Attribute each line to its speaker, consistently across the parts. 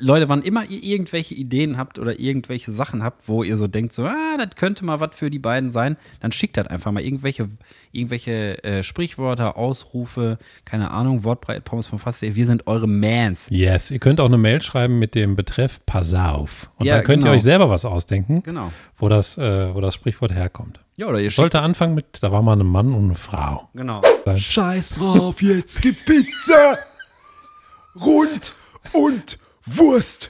Speaker 1: Leute, wann immer ihr irgendwelche Ideen habt oder irgendwelche Sachen habt, wo ihr so denkt, so, ah, das könnte mal was für die beiden sein, dann schickt das einfach mal irgendwelche, irgendwelche äh, Sprichwörter, Ausrufe, keine Ahnung, Wortbreit, Pommes von Fast. Wir sind eure Mans.
Speaker 2: Yes, ihr könnt auch eine Mail schreiben mit dem Betreff Pass auf. Und
Speaker 1: Ja,
Speaker 2: dann könnt
Speaker 1: genau.
Speaker 2: ihr euch selber was ausdenken,
Speaker 1: Genau.
Speaker 2: wo, das, äh, wo das Sprichwort herkommt.
Speaker 1: Ja, oder ihr
Speaker 2: Ich sollte anfangen mit, da war mal ein Mann und eine Frau.
Speaker 1: Genau.
Speaker 3: Scheiß drauf, jetzt gib Pizza! Rund und Wurst!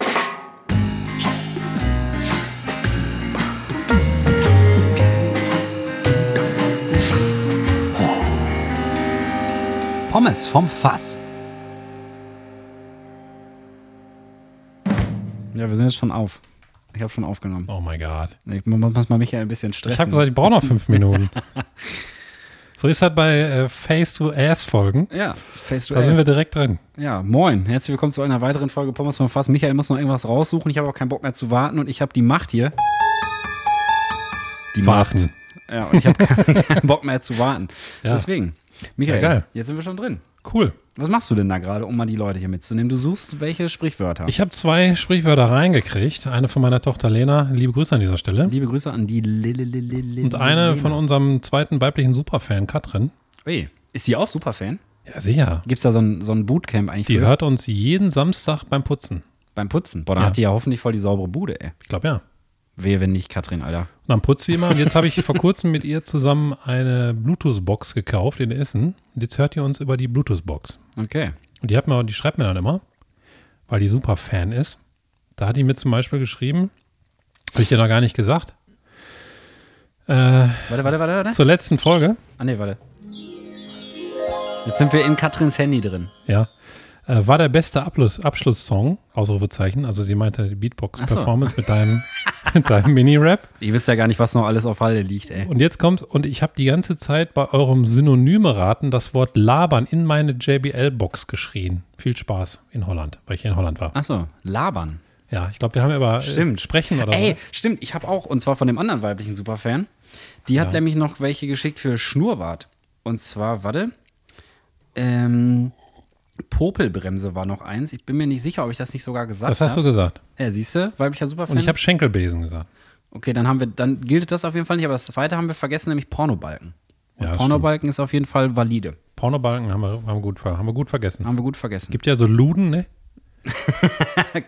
Speaker 1: Pommes vom Fass. Ja, wir sind jetzt schon auf. Ich habe schon aufgenommen.
Speaker 2: Oh mein Gott.
Speaker 1: Ich muss mal Michael ein bisschen
Speaker 2: Ich habe
Speaker 1: stressen.
Speaker 2: gesagt, ich brauche noch fünf Minuten. so ist das bei äh, Face-to-Ass-Folgen.
Speaker 1: ja, face to
Speaker 2: Da sind
Speaker 1: ass.
Speaker 2: wir direkt drin.
Speaker 1: Ja, moin. Herzlich willkommen zu einer weiteren Folge Pommes vom Fass. Michael muss noch irgendwas raussuchen. Ich habe auch keinen Bock mehr zu warten und ich habe die Macht hier. Die
Speaker 2: Warten.
Speaker 1: Macht. Ja, und ich habe keinen, keinen Bock mehr zu warten.
Speaker 2: Ja.
Speaker 1: Deswegen, Michael,
Speaker 2: Ja, geil.
Speaker 1: jetzt sind wir schon drin.
Speaker 2: Cool.
Speaker 1: Was machst du denn da gerade, um mal die Leute hier mitzunehmen? Du suchst welche Sprichwörter.
Speaker 2: Ich habe zwei Sprichwörter reingekriegt. Eine von meiner Tochter Lena. Liebe Grüße an dieser Stelle.
Speaker 1: Liebe Grüße an die Lililililil.
Speaker 2: Und eine von unserem zweiten weiblichen Superfan, Katrin.
Speaker 1: Ey, ist sie auch Superfan?
Speaker 2: Ja, sicher.
Speaker 1: Gibt's da so ein, so ein Bootcamp eigentlich
Speaker 2: Die
Speaker 1: für?
Speaker 2: hört uns jeden Samstag beim Putzen.
Speaker 1: beim Putzen? Boah, dann
Speaker 2: Ja.
Speaker 1: hat die ja hoffentlich voll die saubere Bude, ey.
Speaker 2: Ich glaube ja.
Speaker 1: Wehe, wenn nicht, Katrin, Alter.
Speaker 2: Und dann putzt sie immer. Und jetzt habe ich vor kurzem mit ihr zusammen eine Bluetooth-Box gekauft in Essen. Und jetzt hört ihr uns über die Bluetooth-Box.
Speaker 1: Okay.
Speaker 2: Und die, hat mir, die schreibt mir dann immer, weil die super Fan ist. Da hat die mir zum Beispiel geschrieben, habe ich dir noch gar nicht gesagt, äh,
Speaker 1: Warte, warte, warte, warte.
Speaker 2: zur letzten Folge.
Speaker 1: Ah, nee, warte. Jetzt sind wir in Katrins Handy drin.
Speaker 2: Ja. Äh, war der beste Abschluss, Abschlusssong, Ausrufezeichen. Also sie meinte die
Speaker 1: Ach so.
Speaker 2: Beatbox-Performance mit deinem, mit deinem Mini-Rap.
Speaker 1: Ihr wisst ja gar nicht, was noch alles auf Halde liegt, ey.
Speaker 2: Und jetzt kommt, und ich habe die ganze Zeit bei eurem Synonyme raten das Wort labern in meine JBL-Box geschrien. Viel Spaß in Holland, weil ich hier in Holland war.
Speaker 1: Achso, labern.
Speaker 2: Ja, ich glaube, wir haben über äh,
Speaker 1: Ah. Stimmt.
Speaker 2: Sprechen oder
Speaker 1: Ey, stimmt, ich habe auch, und zwar von dem anderen weiblichen Superfan. Die hat nämlich noch welche geschickt für Schnurrbart. Und zwar, warte, ähm, Popelbremse war noch eins. Ich bin mir nicht sicher, ob ich das nicht sogar
Speaker 2: so.
Speaker 1: gesagt
Speaker 2: Das hast du gesagt.
Speaker 1: du Ja, siehst du, weiblicher Superfan.
Speaker 2: Und ich habe Schenkelbesen gesagt.
Speaker 1: okay, dann haben wir, dann gilt das auf jeden Fall nicht, aber das zweite haben wir vergessen, nämlich Pornobalken. Und
Speaker 2: Ja, das
Speaker 1: Pornobalken ist auf jeden Fall valide.
Speaker 2: Pornobalken haben wir, haben wir, gut, ver- haben wir gut vergessen.
Speaker 1: Haben wir gut vergessen.
Speaker 2: Gibt ja so Luden, ne?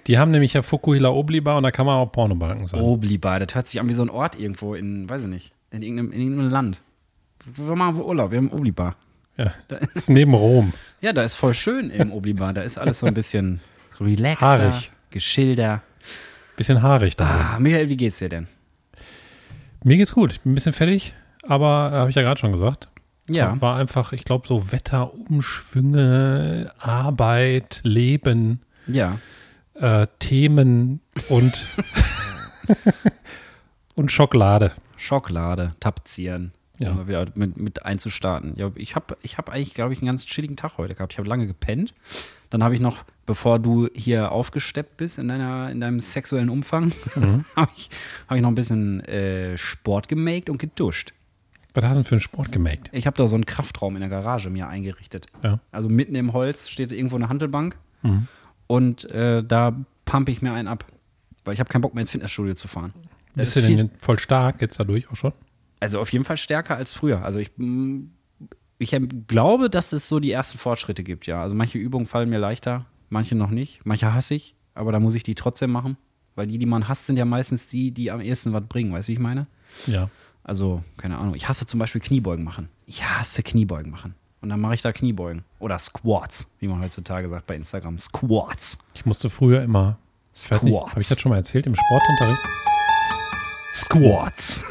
Speaker 2: die haben nämlich ja Fukuhila Obliba und da kann man auch Pornobalken sagen.
Speaker 1: Obliba, das hört sich an wie so ein Ort irgendwo in, weiß ich nicht, in irgendeinem, in irgendeinem Land. Wir machen wir Urlaub, wir haben Obliba.
Speaker 2: Ja. Das ist neben Rom.
Speaker 1: Ja, da ist voll schön im Obliba, da ist alles so ein bisschen relaxter,
Speaker 2: Haarig.
Speaker 1: geschilder.
Speaker 2: Bisschen haarig da.
Speaker 1: Ah, Michael, wie geht's dir denn?
Speaker 2: Mir geht's gut. Ich bin ein bisschen fertig, aber äh, habe ich ja gerade schon gesagt.
Speaker 1: Ja,
Speaker 2: War einfach, ich glaube, so Wetterumschwünge, Arbeit, Leben,
Speaker 1: ja.
Speaker 2: äh, Themen und, und Schokolade.
Speaker 1: Schokolade, tapzieren.
Speaker 2: Ja.
Speaker 1: Ja. Mal wieder mit, mit einzustarten. Ja, ich habe ich hab eigentlich, glaube ich, einen ganz chilligen Tag heute gehabt. Ich habe lange gepennt. Dann habe ich noch, bevor du hier aufgesteppt bist in, deiner, in deinem sexuellen Umfang,
Speaker 2: Mhm.
Speaker 1: habe ich, hab ich noch ein bisschen äh, Sport gemaked und geduscht.
Speaker 2: Was hast du denn für einen Sport gemerkt?
Speaker 1: Ich habe da so einen Kraftraum in der Garage mir eingerichtet.
Speaker 2: Ja. Mhm.
Speaker 1: Also mitten im Holz steht irgendwo eine Handelbank und äh, da pump ich mir einen ab. Weil ich habe keinen Bock mehr ins Fitnessstudio zu fahren. Das
Speaker 2: Bist
Speaker 1: ist
Speaker 2: du
Speaker 1: viel-
Speaker 2: denn jetzt voll stark jetzt dadurch auch schon?
Speaker 1: also auf jeden Fall stärker als früher. Also ich, mm, ich ähm, glaube, dass es so die ersten Fortschritte gibt, ja. Also manche Übungen fallen mir leichter, manche noch nicht. Manche hasse ich, aber da muss ich die trotzdem machen. Weil die, die man hasst, sind ja meistens die, die am ehesten was bringen. Weißt du, wie ich meine?
Speaker 2: Ja.
Speaker 1: Also, keine Ahnung. Ich hasse zum Beispiel Kniebeugen machen. Ich hasse Kniebeugen machen. Und dann mache ich da Kniebeugen. Oder Squats, wie man heutzutage sagt bei Instagram. Squats.
Speaker 2: Ich musste früher immer, ich weiß nicht,
Speaker 1: Squats.
Speaker 2: habe ich das schon mal erzählt im Sportunterricht?
Speaker 1: Squats.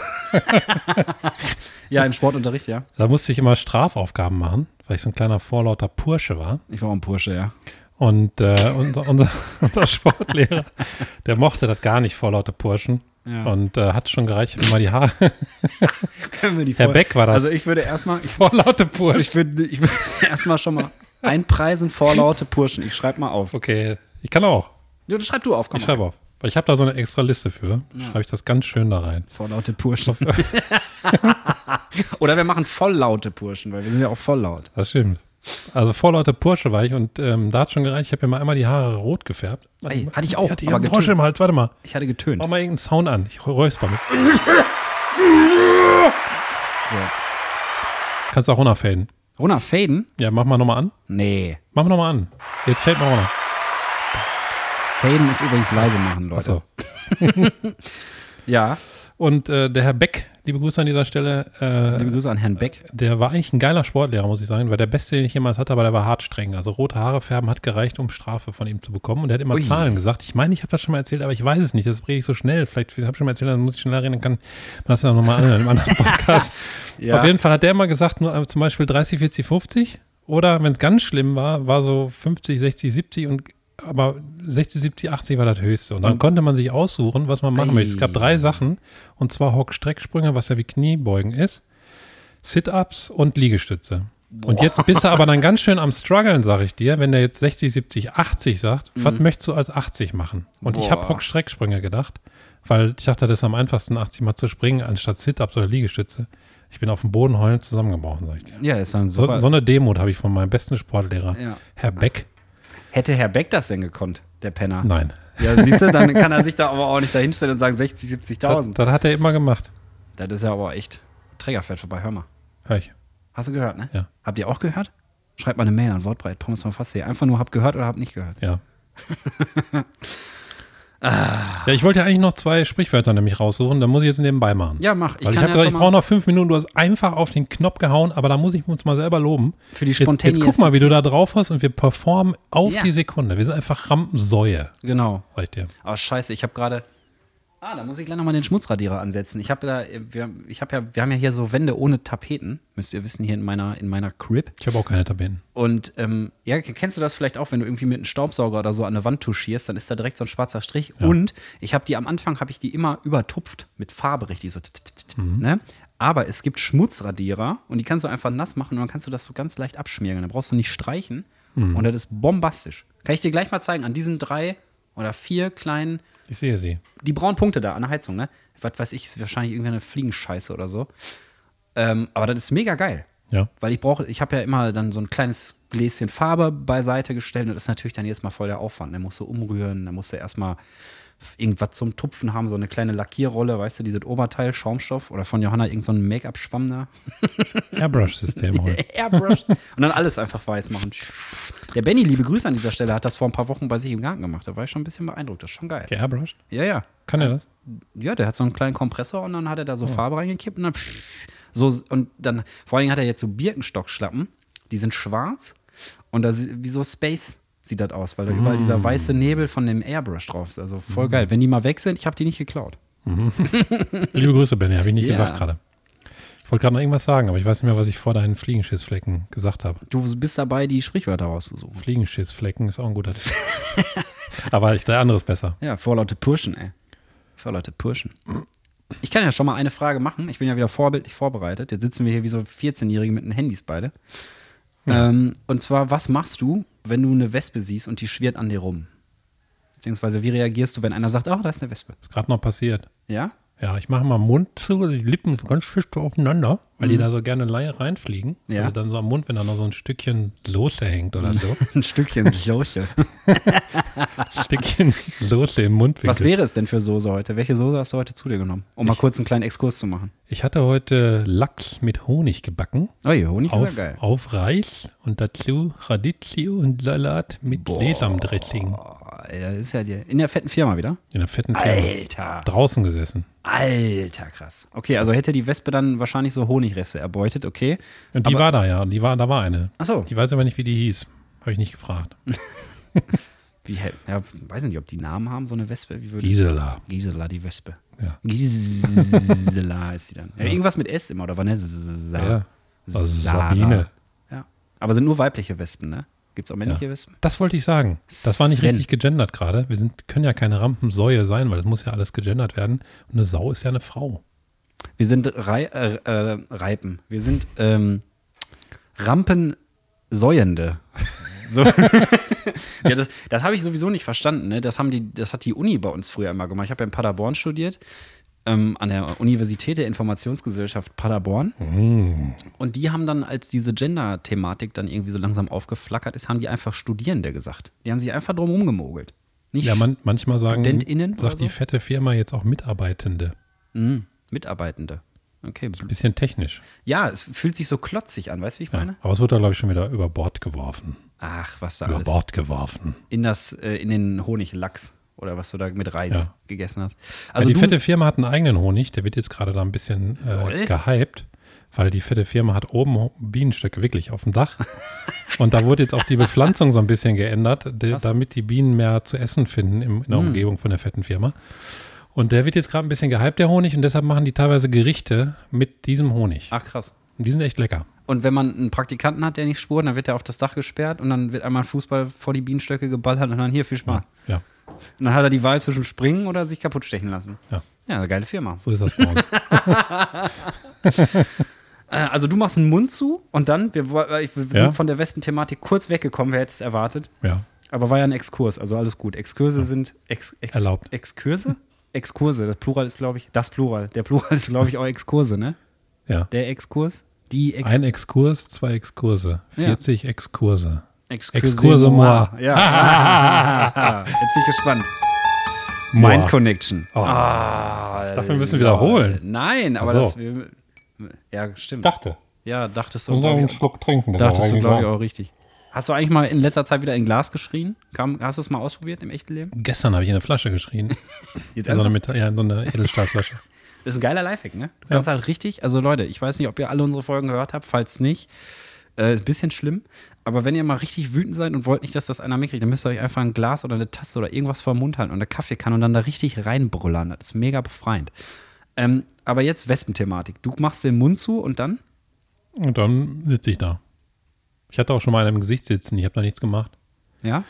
Speaker 1: ja, im Sportunterricht, ja.
Speaker 2: Da musste ich immer Strafaufgaben machen, weil ich so ein kleiner vorlauter Pursche war.
Speaker 1: Ich war auch ein Bursche, ja.
Speaker 2: Und äh, unser, unser, unser Sportlehrer, der mochte das gar nicht, vorlaute Burschen.
Speaker 1: Ja.
Speaker 2: Und äh, hat schon gereicht, ich hab immer die Haare
Speaker 1: Können wir die
Speaker 2: Herr
Speaker 1: vor-
Speaker 2: Beck war das.
Speaker 1: Also ich würde erstmal
Speaker 2: vorlaute
Speaker 1: ich
Speaker 2: Burschen.
Speaker 1: würde ich würde erstmal schon mal einpreisen vorlaute Purschen. Ich schreibe mal auf.
Speaker 2: Okay, ich kann auch.
Speaker 1: Ja, das schreib du auf, komm.
Speaker 2: Ich schreibe auf. Weil Ich habe da so eine extra Liste für. Schreibe ich das ganz schön da rein.
Speaker 1: vorlaute Purschen. Oder wir machen volllaute Purschen, weil wir sind ja auch volllaut.
Speaker 2: Das stimmt. Also vor lauter Porsche war ich und ähm, da hat schon gereicht. Ich habe mir mal einmal die Haare rot gefärbt.
Speaker 1: Ey, hatte ich auch,
Speaker 2: hatte
Speaker 1: aber
Speaker 2: aber Porsche im Hals. Warte mal.
Speaker 1: Ich hatte getönt.
Speaker 2: Mach mal irgendeinen Sound an. Ich räusper mich. Kannst du auch runterfaden.
Speaker 1: Rona, faden?
Speaker 2: Ja, mach mal nochmal an.
Speaker 1: Nee.
Speaker 2: Mach mal nochmal an. Jetzt fällt mal runter.
Speaker 1: Faden ist übrigens leise machen, Leute.
Speaker 2: Achso.
Speaker 1: Ja.
Speaker 2: Und äh, der Herr Beck, liebe Grüße an dieser Stelle,
Speaker 1: Liebe
Speaker 2: äh,
Speaker 1: Grüße an Herrn Beck.
Speaker 2: der war eigentlich ein geiler Sportlehrer, muss ich sagen. War der beste, den ich jemals hatte, aber der war hart streng. Also rote Haare färben hat gereicht, um Strafe von ihm zu bekommen. Und er hat immer
Speaker 1: Ui.
Speaker 2: Zahlen gesagt. Ich meine, ich habe das schon mal erzählt, aber ich weiß es nicht. Das rede ich so schnell. Vielleicht habe ich schon mal erzählt, dann muss ich schneller reden, dann kann man das ja nochmal anhören im anderen Podcast. Auf jeden Fall hat der immer gesagt, nur äh, zum Beispiel 30, 40, 50. Oder wenn es ganz schlimm war, war so 50, 60, 70 und aber 60, 70, 80 war das höchste. Und dann konnte man sich aussuchen, was man machen
Speaker 1: Ei.
Speaker 2: möchte. Es gab drei Sachen. Und zwar Hock-Strecksprünge, was ja wie Kniebeugen ist, Sit-Ups und Liegestütze. Und jetzt bist du aber dann ganz schön am struggeln, sag ich dir, wenn der jetzt 60, 70, 80 sagt, was möchtest du als 80 machen? Und ich habe
Speaker 1: Mhm. Boah.
Speaker 2: Hock-Strecksprünge gedacht, weil ich dachte, das ist am einfachsten, 80 mal zu springen, anstatt Sit-Ups oder Liegestütze. Ich bin auf dem Boden heulend zusammengebrochen, sag ich dir.
Speaker 1: Ja, ist dann
Speaker 2: So,
Speaker 1: super.
Speaker 2: so eine Demut habe ich von meinem besten Sportlehrer,
Speaker 1: Ja.
Speaker 2: Herr Beck.
Speaker 1: Hätte Herr Beck das denn gekonnt, der Penner?
Speaker 2: Nein.
Speaker 1: Ja, siehst du, dann kann er sich da aber auch nicht dahinstellen und sagen 60, 70.000.
Speaker 2: Das, das hat er immer gemacht.
Speaker 1: Das ist ja aber echt Trägerfett vorbei. Hör mal.
Speaker 2: Hör ich.
Speaker 1: Hast du gehört, ne?
Speaker 2: Ja.
Speaker 1: Habt ihr auch gehört? Schreibt mal eine Mail an Wortbreit. Pommes mal fast hier. Einfach nur habt gehört oder habt nicht gehört.
Speaker 2: Ja.
Speaker 1: Ah.
Speaker 2: ja, ich wollte ja eigentlich noch zwei Sprichwörter nämlich raussuchen, dann muss ich jetzt nebenbei machen.
Speaker 1: Ja, mach. Ich
Speaker 2: Weil ich,
Speaker 1: kann
Speaker 2: habe
Speaker 1: ja
Speaker 2: gesagt,
Speaker 1: schon
Speaker 2: ich
Speaker 1: mal-
Speaker 2: brauche noch fünf Minuten, du hast einfach auf den Knopf gehauen, aber da muss ich uns mal selber loben.
Speaker 1: Für die
Speaker 2: Jetzt, jetzt guck mal, wie du da drauf hast und wir performen auf
Speaker 1: Ja.
Speaker 2: die Sekunde. Wir sind einfach Rampensäue,
Speaker 1: Genau.
Speaker 2: sag ich dir.
Speaker 1: Oh, scheiße, ich habe gerade. Ah, da muss ich gleich nochmal den Schmutzradierer ansetzen. Ich habe da, wir, ich hab ja, wir haben ja hier so Wände ohne Tapeten, müsst ihr wissen, hier in meiner, in meiner Crib.
Speaker 2: Ich habe auch keine Tabellen.
Speaker 1: Und ähm, ja, kennst du das vielleicht auch, wenn du irgendwie mit einem Staubsauger oder so an eine Wand tuschierst, dann ist da direkt so ein schwarzer Strich. Und ich habe die am Anfang, habe ich die immer übertupft mit Farbe richtig so. tipp, tipp, tipp, tipp, Ne? Aber es gibt Schmutzradierer und die kannst du einfach nass machen und dann kannst du das so ganz leicht abschmirgeln. Da brauchst du nicht streichen und das ist bombastisch. Kann ich dir gleich mal zeigen, an diesen drei oder vier kleinen,
Speaker 2: Ich sehe sie.
Speaker 1: die braunen Punkte da an der Heizung, ne? Was weiß ich, ist wahrscheinlich irgendeine Fliegenscheiße oder so. Ähm, aber das ist mega geil
Speaker 2: Ja.
Speaker 1: weil ich brauche, ich habe ja immer dann so ein kleines Gläschen Farbe beiseite gestellt und das ist natürlich dann jetzt mal voll der Aufwand. Da musst du umrühren, da musst du erstmal irgendwas zum Tupfen haben, so eine kleine Lackierrolle, weißt du, dieses Oberteil, Schaumstoff oder von Johanna irgendein so ein Make-up-Schwamm da.
Speaker 2: Airbrush-System heute.
Speaker 1: Airbrush. und dann alles einfach weiß machen. Der Benny, liebe Grüße an dieser Stelle, hat das vor ein paar Wochen bei sich im Garten gemacht. Da war ich schon ein bisschen beeindruckt. Das ist schon geil.
Speaker 2: Geairbrushed?
Speaker 1: Ja, ja.
Speaker 2: Kann er das?
Speaker 1: Ja, der hat so einen kleinen Kompressor und dann hat er da so Farbe reingekippt und dann so und dann vor allen Dingen hat er jetzt so Birkenstockschlappen, die sind schwarz und da sie- wie so Space sieht das aus, weil da überall dieser weiße Nebel von dem Airbrush drauf ist. Also voll geil. Wenn die mal weg sind, ich habe die nicht geklaut.
Speaker 2: Liebe Grüße, Benny, habe ich nicht
Speaker 1: Ja.
Speaker 2: gesagt gerade. Ich wollte gerade noch irgendwas sagen, aber ich weiß nicht mehr, was ich vor deinen Fliegenschissflecken gesagt habe.
Speaker 1: Du bist dabei, die Sprichwörter rauszusuchen.
Speaker 2: Fliegenschissflecken ist auch ein guter Tipp. aber ich, der andere ist besser.
Speaker 1: Ja, Vorlaute Purschen, ey. Vorlaute Purschen. Ich kann ja schon mal eine Frage machen. Ich bin ja wieder vorbildlich vorbereitet. Jetzt sitzen wir hier wie so 14-Jährige mit den Handys beide. Ähm, und zwar, was machst du, wenn du eine Wespe siehst und die schwirrt an dir rum? Beziehungsweise, wie reagierst du, wenn einer sagt, oh, da ist eine Wespe?
Speaker 2: Ist gerade noch passiert.
Speaker 1: Ja?
Speaker 2: Ja, ich mache mal den Mund zu, die Lippen so ganz fest aufeinander, weil die da so gerne lei- reinfliegen.
Speaker 1: Mhm. Ja.
Speaker 2: Also dann so am Mund, wenn da noch so ein Stückchen Soße hängt oder so.
Speaker 1: Ein Stückchen Soße.
Speaker 2: Stückchen Soße im Mundwinkel.
Speaker 1: was wäre es denn für Soße heute? Welche Soße hast du heute zu dir genommen? Um mal kurz einen kleinen Exkurs zu machen.
Speaker 2: ich hatte heute Lachs mit Honig gebacken.
Speaker 1: Oh, je, Honig ist ja
Speaker 2: Auf,
Speaker 1: geil.
Speaker 2: auf Reis und dazu Radicchio und Salat mit Sesamdressing.
Speaker 1: Boah, Oh, ey, das ist ja die, in der fetten Firma wieder.
Speaker 2: In der fetten Firma.
Speaker 1: Alter.
Speaker 2: Draußen gesessen.
Speaker 1: Alter, krass. Okay, also hätte die Wespe dann wahrscheinlich so Honigreste erbeutet, okay.
Speaker 2: Und die war da ja, die war, da war eine.
Speaker 1: Ach so.
Speaker 2: Ich weiß aber nicht, wie die hieß. Habe ich nicht gefragt.
Speaker 1: Mhm. Wie, hä- ja, weiß nicht, ob die Namen haben, so eine Wespe. Wie würde
Speaker 2: Gisela.
Speaker 1: Gisela, die Wespe.
Speaker 2: Ja.
Speaker 1: Gisela heißt sie dann. Ja, Irgendwas mit S immer, oder war ne? Sa-
Speaker 2: Ja. Also
Speaker 1: Sarah.
Speaker 2: Sabine.
Speaker 1: Ja. Aber sind nur weibliche Wespen, ne? Gibt's auch männliche Wespen?
Speaker 2: Das wollte ich sagen. Das war nicht
Speaker 1: Sven.
Speaker 2: richtig gegendert gerade. Wir sind, können ja keine Rampensäue sein, weil das muss ja alles gegendert werden. Und eine Sau ist ja eine Frau.
Speaker 1: Wir sind Rei äh, äh, Reipen. Wir sind ähm, Rampensäuende. So. ja, das das habe ich sowieso nicht verstanden. Ne? Das, haben die, das hat die Uni bei uns früher immer gemacht. Ich habe ja in Paderborn studiert. ähm, an der Universität der Informationsgesellschaft Paderborn.
Speaker 2: Mm.
Speaker 1: Und die haben dann, als diese Gender-Thematik dann irgendwie so langsam aufgeflackert ist, haben die einfach Studierende gesagt. Die haben sich einfach drum rumgemogelt. Nicht
Speaker 2: Ja, man, manchmal sagen,
Speaker 1: StudentInnen oder
Speaker 2: sagt die
Speaker 1: so?
Speaker 2: fette Firma jetzt auch Mitarbeitende.
Speaker 1: Mhm. Mitarbeitende. Okay.
Speaker 2: Ein bisschen technisch.
Speaker 1: Ja, es fühlt sich so klotzig an, weißt du, wie ich
Speaker 2: Ja.
Speaker 1: meine?
Speaker 2: Aber es wird da, glaube ich, schon wieder über Bord geworfen.
Speaker 1: Ach, was da
Speaker 2: Über
Speaker 1: alles.
Speaker 2: Bord geworfen.
Speaker 1: In, das, äh, in den Honiglachs oder was du da mit Reis
Speaker 2: Ja.
Speaker 1: gegessen hast.
Speaker 2: Also
Speaker 1: Also
Speaker 2: die
Speaker 1: du,
Speaker 2: fette Firma hat einen eigenen Honig, der wird jetzt gerade da ein bisschen äh,
Speaker 1: Lol.
Speaker 2: gehypt, weil die fette Firma hat oben Ho- Bienenstöcke wirklich auf dem Dach. Und da wurde jetzt auch die Bepflanzung so ein bisschen geändert, de,
Speaker 1: Krass. Hm.
Speaker 2: damit die Bienen mehr zu essen finden im, in der Umgebung von der fetten Firma. Und der wird jetzt gerade ein bisschen gehypt, der Honig, und deshalb machen die teilweise Gerichte mit diesem Honig.
Speaker 1: Ach, krass.
Speaker 2: Und die sind echt lecker.
Speaker 1: Und wenn man einen Praktikanten hat, der nicht spuren, dann wird er auf das Dach gesperrt und dann wird einmal ein Fußball vor die Bienenstöcke geballert und dann hier viel Spaß.
Speaker 2: Ja,
Speaker 1: Und dann hat er die Wahl zwischen springen oder sich kaputt stechen lassen.
Speaker 2: Ja.
Speaker 1: Ja, geile Firma.
Speaker 2: so ist das bei uns.
Speaker 1: Äh, also du machst einen Mund zu und dann, wir, wo- äh, ich- wir
Speaker 2: Ja.
Speaker 1: sind von der Wespen-Thematik kurz weggekommen, wer hätte es erwartet.
Speaker 2: ja.
Speaker 1: Aber war ja ein Exkurs, also alles gut. Exkurse sind ex, ex,
Speaker 2: Erlaubt.
Speaker 1: Exkurse? Exkurse, das Plural ist, glaube ich, das Plural. Der Plural ist, glaube ich, auch Exkurse, ne?
Speaker 2: ja.
Speaker 1: Der Exkurs? Die Ex
Speaker 2: Ein Exkurs, zwei Exkurse,
Speaker 1: Ja.
Speaker 2: 40 Exkurse.
Speaker 1: Exkurse moi.
Speaker 2: moi.
Speaker 1: Ja. Jetzt bin ich gespannt. Mind Connection.
Speaker 2: Oh.
Speaker 1: Ah, ich
Speaker 2: dachte, wir müssen wiederholen.
Speaker 1: Nein, aber
Speaker 2: Ach so.
Speaker 1: das. Wir, ja, stimmt.
Speaker 2: Dachte.
Speaker 1: ja, dachtest du.
Speaker 2: Und
Speaker 1: glaub
Speaker 2: einen
Speaker 1: ich,
Speaker 2: Schluck trinken. das war
Speaker 1: dachtest du,
Speaker 2: eigentlich
Speaker 1: glaube ich,
Speaker 2: so.
Speaker 1: auch richtig. Hast du eigentlich mal in letzter Zeit wieder in Glas geschrien? Kam, hast du es mal ausprobiert im echten Leben?
Speaker 2: Gestern habe ich in eine Flasche geschrien.
Speaker 1: Jetzt
Speaker 2: so eine
Speaker 1: ernsthaft?
Speaker 2: Metall, ja, so eine Edelstahlflasche.
Speaker 1: Das ist ein geiler Lifehack, ne? Du kannst halt richtig, also Leute, ich weiß nicht, ob ihr alle unsere Folgen gehört habt, falls nicht, äh, ist ein bisschen schlimm, aber wenn ihr mal richtig wütend seid und wollt nicht, dass das einer mitkriegt, dann müsst ihr euch einfach ein Glas oder eine Tasse oder irgendwas vor den Mund halten und eine Kaffeekanne und dann da richtig reinbrüllern. Das ist mega befreiend. Ähm, aber jetzt Wespenthematik. Du machst den Mund zu und dann?
Speaker 2: Und dann sitze ich da. Ich hatte auch schon mal einen im Gesicht sitzen, ich habe da nichts gemacht.
Speaker 1: Ja?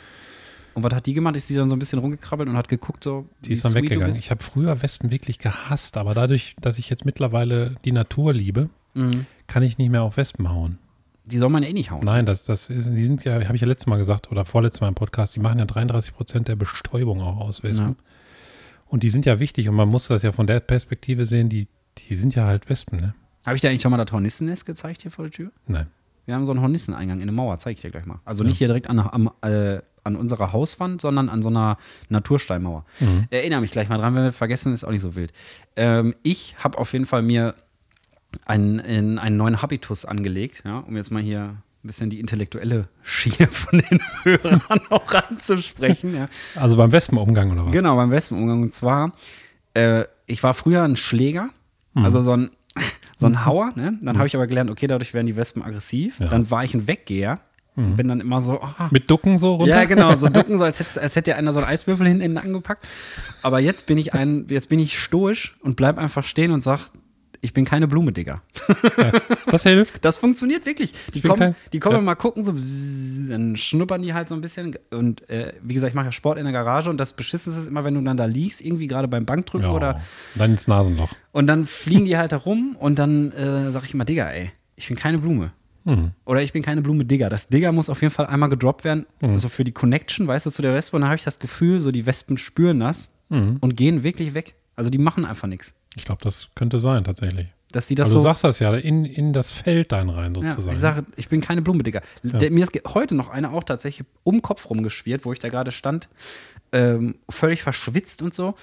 Speaker 1: Und was hat die gemacht? Ist die dann so ein bisschen rumgekrabbelt und hat geguckt, so.
Speaker 2: Die ist dann weggegangen. Ich habe früher Wespen wirklich gehasst, aber dadurch, dass ich jetzt mittlerweile die Natur liebe,
Speaker 1: Mhm.
Speaker 2: kann ich nicht mehr auf Wespen hauen.
Speaker 1: Die soll man eh nicht hauen.
Speaker 2: Nein, das, das ist, die sind ja, habe ich ja letztes Mal gesagt oder vorletztes Mal im Podcast, die machen ja 33 Prozent der Bestäubung auch aus Wespen. Und die sind ja wichtig und man muss das ja von der Perspektive sehen, die, die sind ja halt Wespen, ne?
Speaker 1: Habe ich dir eigentlich schon mal das Hornissennest gezeigt hier vor der Tür?
Speaker 2: Nein.
Speaker 1: Wir haben so einen Hornisseneingang in der Mauer, zeige ich dir gleich mal. Also nicht hier direkt an, am, äh, an unserer Hauswand, sondern an so einer Natursteinmauer. Äh, Erinnere mich gleich mal dran, wenn wir vergessen, ist auch nicht so wild. Ähm, ich habe auf jeden Fall mir einen, in einen neuen Habitus angelegt, ja, um jetzt mal hier ein bisschen die intellektuelle Schiene von den Hörern auch anzusprechen. Ja.
Speaker 2: Also beim Wespenumgang oder was?
Speaker 1: Genau, beim Wespenumgang. Und zwar, äh, ich war früher ein Schläger,
Speaker 2: Mhm.
Speaker 1: also so ein, so ein Hauer. Ne? Dann habe ich aber gelernt, okay, dadurch werden die Wespen aggressiv.
Speaker 2: Ja. Mhm.
Speaker 1: Dann war ich ein Weggeher. Bin dann immer so, ah,
Speaker 2: Mit Ducken so runter?
Speaker 1: ja, genau, so ducken, so als hätte, als hätte dir einer so einen Eiswürfel hinten in den Nacken gepackt. Aber jetzt bin ich ein, jetzt bin ich stoisch und bleib einfach stehen und sag, ich bin keine Blume, Digga.
Speaker 2: Das hilft.
Speaker 1: Das funktioniert wirklich. Die
Speaker 2: bin
Speaker 1: kommen,
Speaker 2: kein-
Speaker 1: die kommen
Speaker 2: ja.
Speaker 1: mal gucken, so bzzz, dann schnuppern die halt so ein bisschen. Und äh, wie gesagt, ich mache ja Sport in der Garage und das Beschissenste ist immer, wenn du dann da liegst, irgendwie gerade beim Bankdrücken
Speaker 2: Ja.
Speaker 1: oder
Speaker 2: Dann ins Nasenloch.
Speaker 1: und dann fliegen die halt da rum und dann äh, sag ich immer, Digga, ey, ich bin keine Blume.
Speaker 2: Hm.
Speaker 1: Oder ich bin keine Blume Digger. Das Digger muss auf jeden Fall einmal gedroppt werden,
Speaker 2: Mhm.
Speaker 1: so für die Connection, weißt du, zu der Wespe. Und dann habe ich das Gefühl, so die Wespen spüren das
Speaker 2: Mhm.
Speaker 1: und gehen wirklich weg. Also die machen einfach nichts.
Speaker 2: Ich glaube, das könnte sein, tatsächlich.
Speaker 1: Dass die das
Speaker 2: also
Speaker 1: so
Speaker 2: du sagst das ja, in, in das Feld dein rein
Speaker 1: Ja,
Speaker 2: sozusagen.
Speaker 1: ich sage, ich bin keine Blume, Digga. Der, mir ist ge- heute noch eine auch tatsächlich um den Kopf rumgeschwirrt, wo ich da gerade stand, ähm, völlig verschwitzt und so.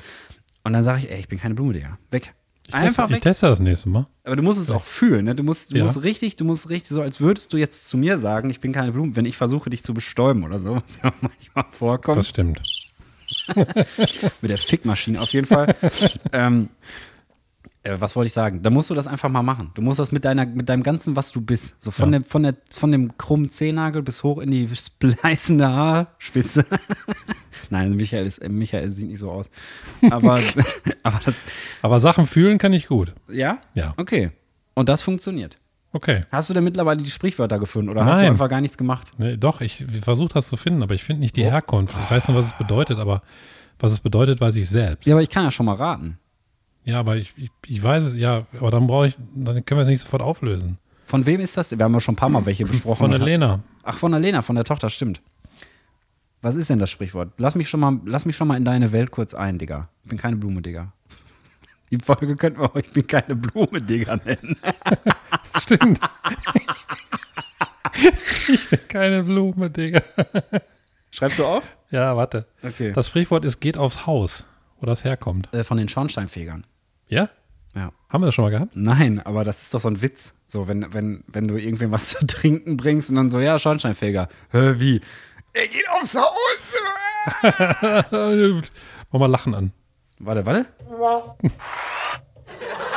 Speaker 1: Und dann sage ich, ey, ich bin keine Blume, Digga. Weg.
Speaker 2: ich, teste,
Speaker 1: Einfach
Speaker 2: ich
Speaker 1: weg.
Speaker 2: teste das nächste Mal.
Speaker 1: Aber du musst es auch fühlen, ne? Du musst, du
Speaker 2: Ja.
Speaker 1: musst richtig, du musst richtig, so als würdest du jetzt zu mir sagen, ich bin keine Blume, wenn ich versuche, dich zu bestäuben oder so, was ja manchmal vorkommt.
Speaker 2: Das stimmt.
Speaker 1: Mit der Fickmaschine auf jeden Fall. ähm, äh, was wollte ich sagen? Da musst du das einfach mal machen. Du musst das mit deiner, mit deinem ganzen, was du bist. So von,
Speaker 2: Ja.
Speaker 1: dem, von, der, von dem krummen Zehennagel bis hoch in die spleißende Haarspitze. Nein, Michael, ist, äh, Michael sieht nicht so aus. Aber, aber das,
Speaker 2: Aber Sachen fühlen kann ich gut.
Speaker 1: ja?
Speaker 2: Ja.
Speaker 1: Okay. Und das funktioniert.
Speaker 2: Okay.
Speaker 1: Hast du denn mittlerweile die Sprichwörter gefunden oder hast du
Speaker 2: Nein.
Speaker 1: einfach gar nichts gemacht?
Speaker 2: Nee, Ne, doch, ich versuche das zu finden, aber ich finde
Speaker 1: Oh.
Speaker 2: nicht die Herkunft. Ich weiß nur, was es bedeutet, aber was es bedeutet, weiß ich selbst.
Speaker 1: Ja, aber ich kann ja schon mal raten.
Speaker 2: Ja, aber ich, ich, ich weiß es, ja, aber dann brauche ich, dann können wir es nicht sofort auflösen.
Speaker 1: Von wem ist das? Wir haben ja schon ein paar Mal welche besprochen.
Speaker 2: Von
Speaker 1: und
Speaker 2: der Lena.
Speaker 1: Ach, von der Lena, von der Tochter, stimmt. Was ist denn das Sprichwort? Lass mich schon mal, lass mich schon mal in deine Welt kurz ein, Digga. Ich bin keine Blume, Digga. Die Folge könnten wir auch Ich bin keine Blume, Digga, nennen.
Speaker 2: Stimmt. ich bin keine Blume, Digga.
Speaker 1: Schreibst du auf?
Speaker 2: Ja, warte.
Speaker 1: Okay.
Speaker 2: Das Sprichwort ist, geht aufs Haus, wo das herkommt.
Speaker 1: Äh, von den Schornsteinfegern.
Speaker 2: Ja?
Speaker 1: Ja.
Speaker 2: Haben wir das schon mal gehabt?
Speaker 1: Nein, aber das ist doch so ein Witz. So, wenn, wenn, wenn du irgendwem was zu trinken bringst und dann so, ja, Schornsteinfeger. Hä, wie? Er geht aufs Haus.
Speaker 2: Mach mal Lachen an.
Speaker 1: Warte, warte.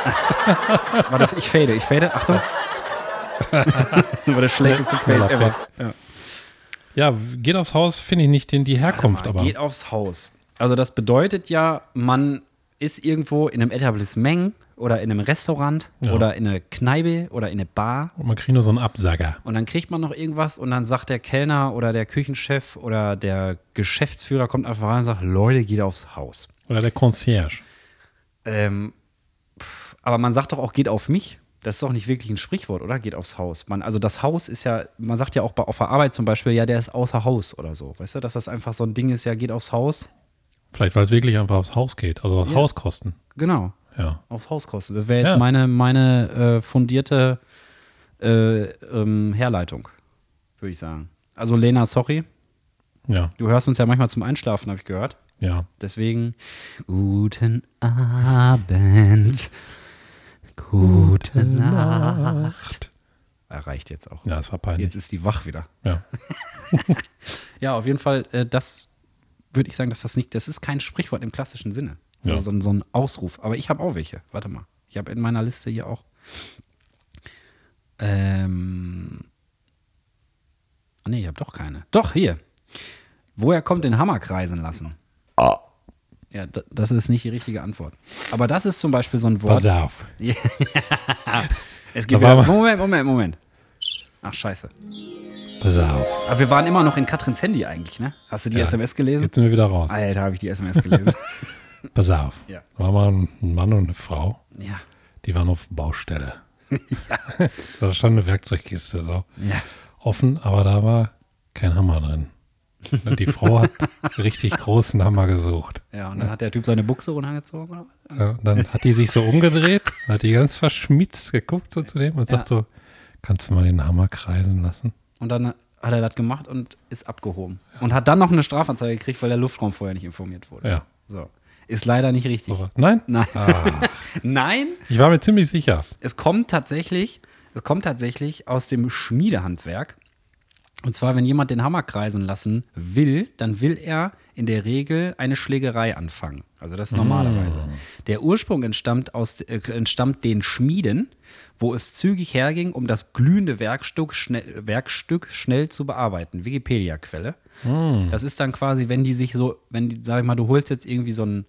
Speaker 1: warte, ich fade, ich fade. Achtung. war der schlechteste Fade
Speaker 2: Schneller
Speaker 1: ever.
Speaker 2: Ja, geht aufs Haus finde ich nicht, den die Herkunft,
Speaker 1: Warte mal,
Speaker 2: aber.
Speaker 1: Geht aufs Haus. Also das bedeutet ja, man ist irgendwo in einem Etablissement oder in einem Restaurant
Speaker 2: Ja.
Speaker 1: oder in einer Kneipe oder in einer Bar
Speaker 2: Und man kriegt nur so einen Absager.
Speaker 1: und dann kriegt man noch irgendwas und dann sagt der Kellner oder der Küchenchef oder der Geschäftsführer kommt einfach rein und sagt, Leute, geht aufs Haus.
Speaker 2: Oder der Concierge.
Speaker 1: Ähm, pff, aber man sagt doch auch, geht auf mich. Das ist doch nicht wirklich ein Sprichwort, oder? Geht aufs Haus. Man, also das Haus ist ja, man sagt ja auch bei, auf der Arbeit zum Beispiel, ja, der ist außer Haus oder so. Weißt du, dass das einfach so ein Ding ist, ja, geht aufs Haus.
Speaker 2: Vielleicht, weil es wirklich einfach aufs Haus geht. Also aufs Hauskosten.
Speaker 1: Genau.
Speaker 2: Ja.
Speaker 1: aufs Haus kosten. Das wäre jetzt
Speaker 2: Ja.
Speaker 1: meine, meine äh, fundierte äh, ähm, Herleitung, würde ich sagen. Also Lena, sorry,
Speaker 2: Ja.
Speaker 1: du hörst uns ja manchmal zum Einschlafen, habe ich gehört.
Speaker 2: Ja.
Speaker 1: Deswegen guten Abend, gute Nacht. Erreicht jetzt auch.
Speaker 2: Ja, es war peinlich.
Speaker 1: Jetzt ist die wach wieder.
Speaker 2: Ja.
Speaker 1: Ja, auf jeden Fall, äh, das würde ich sagen, dass das nicht, das ist kein Sprichwort im klassischen Sinne. So,
Speaker 2: Ja.
Speaker 1: so, ein- so ein Ausruf. Aber ich habe auch welche. Warte mal. Ich habe in meiner Liste hier auch. Ähm. Ah, nee, ich habe doch keine. Doch, hier. Woher kommt den Hammer kreisen lassen? Ja, d- das ist nicht die richtige Antwort. Aber das ist zum Beispiel so ein Wort.
Speaker 2: Pass auf.
Speaker 1: Es gibt
Speaker 2: Da war
Speaker 1: wieder,
Speaker 2: man-
Speaker 1: Moment, Moment, Moment. Ach, scheiße.
Speaker 2: Pass auf.
Speaker 1: Aber wir waren immer noch in Katrins Handy eigentlich, ne? Hast du die
Speaker 2: Ja.
Speaker 1: SMS gelesen?
Speaker 2: Jetzt sind wir wieder raus.
Speaker 1: Alter, habe ich die SMS gelesen.
Speaker 2: Pass auf.
Speaker 1: Ja.
Speaker 2: Da war mal ein Mann und eine Frau,
Speaker 1: ja.
Speaker 2: die waren auf Baustelle. da stand eine Werkzeugkiste so
Speaker 1: Ja.
Speaker 2: offen, aber da war kein Hammer drin. Und Die Frau hat richtig großen Hammer gesucht.
Speaker 1: Ja, und dann hat der Typ seine Buchse runtergezogen. Oder? was?
Speaker 2: Ja, und dann hat die sich so umgedreht, hat die ganz verschmitzt geguckt so zu dem und sagt so, kannst du mal den Hammer kreisen lassen?
Speaker 1: Und dann hat er das gemacht und ist abgehoben. Und hat dann noch eine Strafanzeige gekriegt, weil der Luftraum vorher nicht informiert wurde.
Speaker 2: Ja.
Speaker 1: So. Ist leider nicht richtig.
Speaker 2: Aber, nein?
Speaker 1: Nein.
Speaker 2: Ah,
Speaker 1: Nein,
Speaker 2: ich war mir ziemlich sicher.
Speaker 1: es kommt tatsächlich, es kommt tatsächlich aus dem Schmiedehandwerk. Und zwar, wenn jemand den Hammer kreisen lassen will, dann will er in der Regel eine Schlägerei anfangen. Also das ist normalerweise. Der Ursprung entstammt, aus, äh, entstammt den Schmieden, wo es zügig herging, um das glühende Werkstück schnell, Werkstück schnell zu bearbeiten. Wikipedia-Quelle. Das ist dann quasi, wenn die sich so, wenn die, sag ich mal, du holst jetzt irgendwie so einen,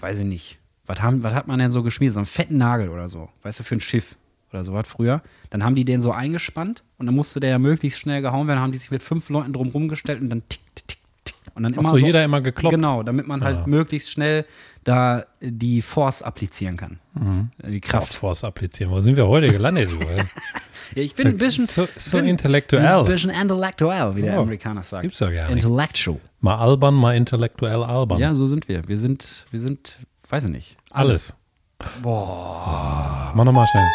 Speaker 1: weiß ich nicht, was, haben, was hat man denn so geschmiedet? So einen fetten Nagel oder so, weißt du, für ein Schiff oder so was früher. Dann haben die den so eingespannt und dann musste der ja möglichst schnell gehauen werden, haben die sich mit fünf Leuten drum rumgestellt und dann tick, tick, tick, tick. Und dann immer
Speaker 2: Achso, jeder immer gekloppt.
Speaker 1: Genau, damit man halt möglichst schnell da äh, die Force applizieren kann.
Speaker 2: Mhm.
Speaker 1: Äh, Die Kraft.
Speaker 2: Kraftforce applizieren. Wo sind wir heute gelandet? du?
Speaker 1: Ja, ich bin ein bisschen,
Speaker 2: so, so
Speaker 1: bin
Speaker 2: intellektuell.
Speaker 1: ein bisschen intellektuell, wie der
Speaker 2: Oh,
Speaker 1: Amerikaner sagt.
Speaker 2: gibt's doch gar nicht.
Speaker 1: Intellectual.
Speaker 2: Mal albern, mal intellektuell albern.
Speaker 1: Ja, so sind wir. Wir sind, wir sind, weiß ich nicht.
Speaker 2: Alles. Boah. Mach nochmal schnell.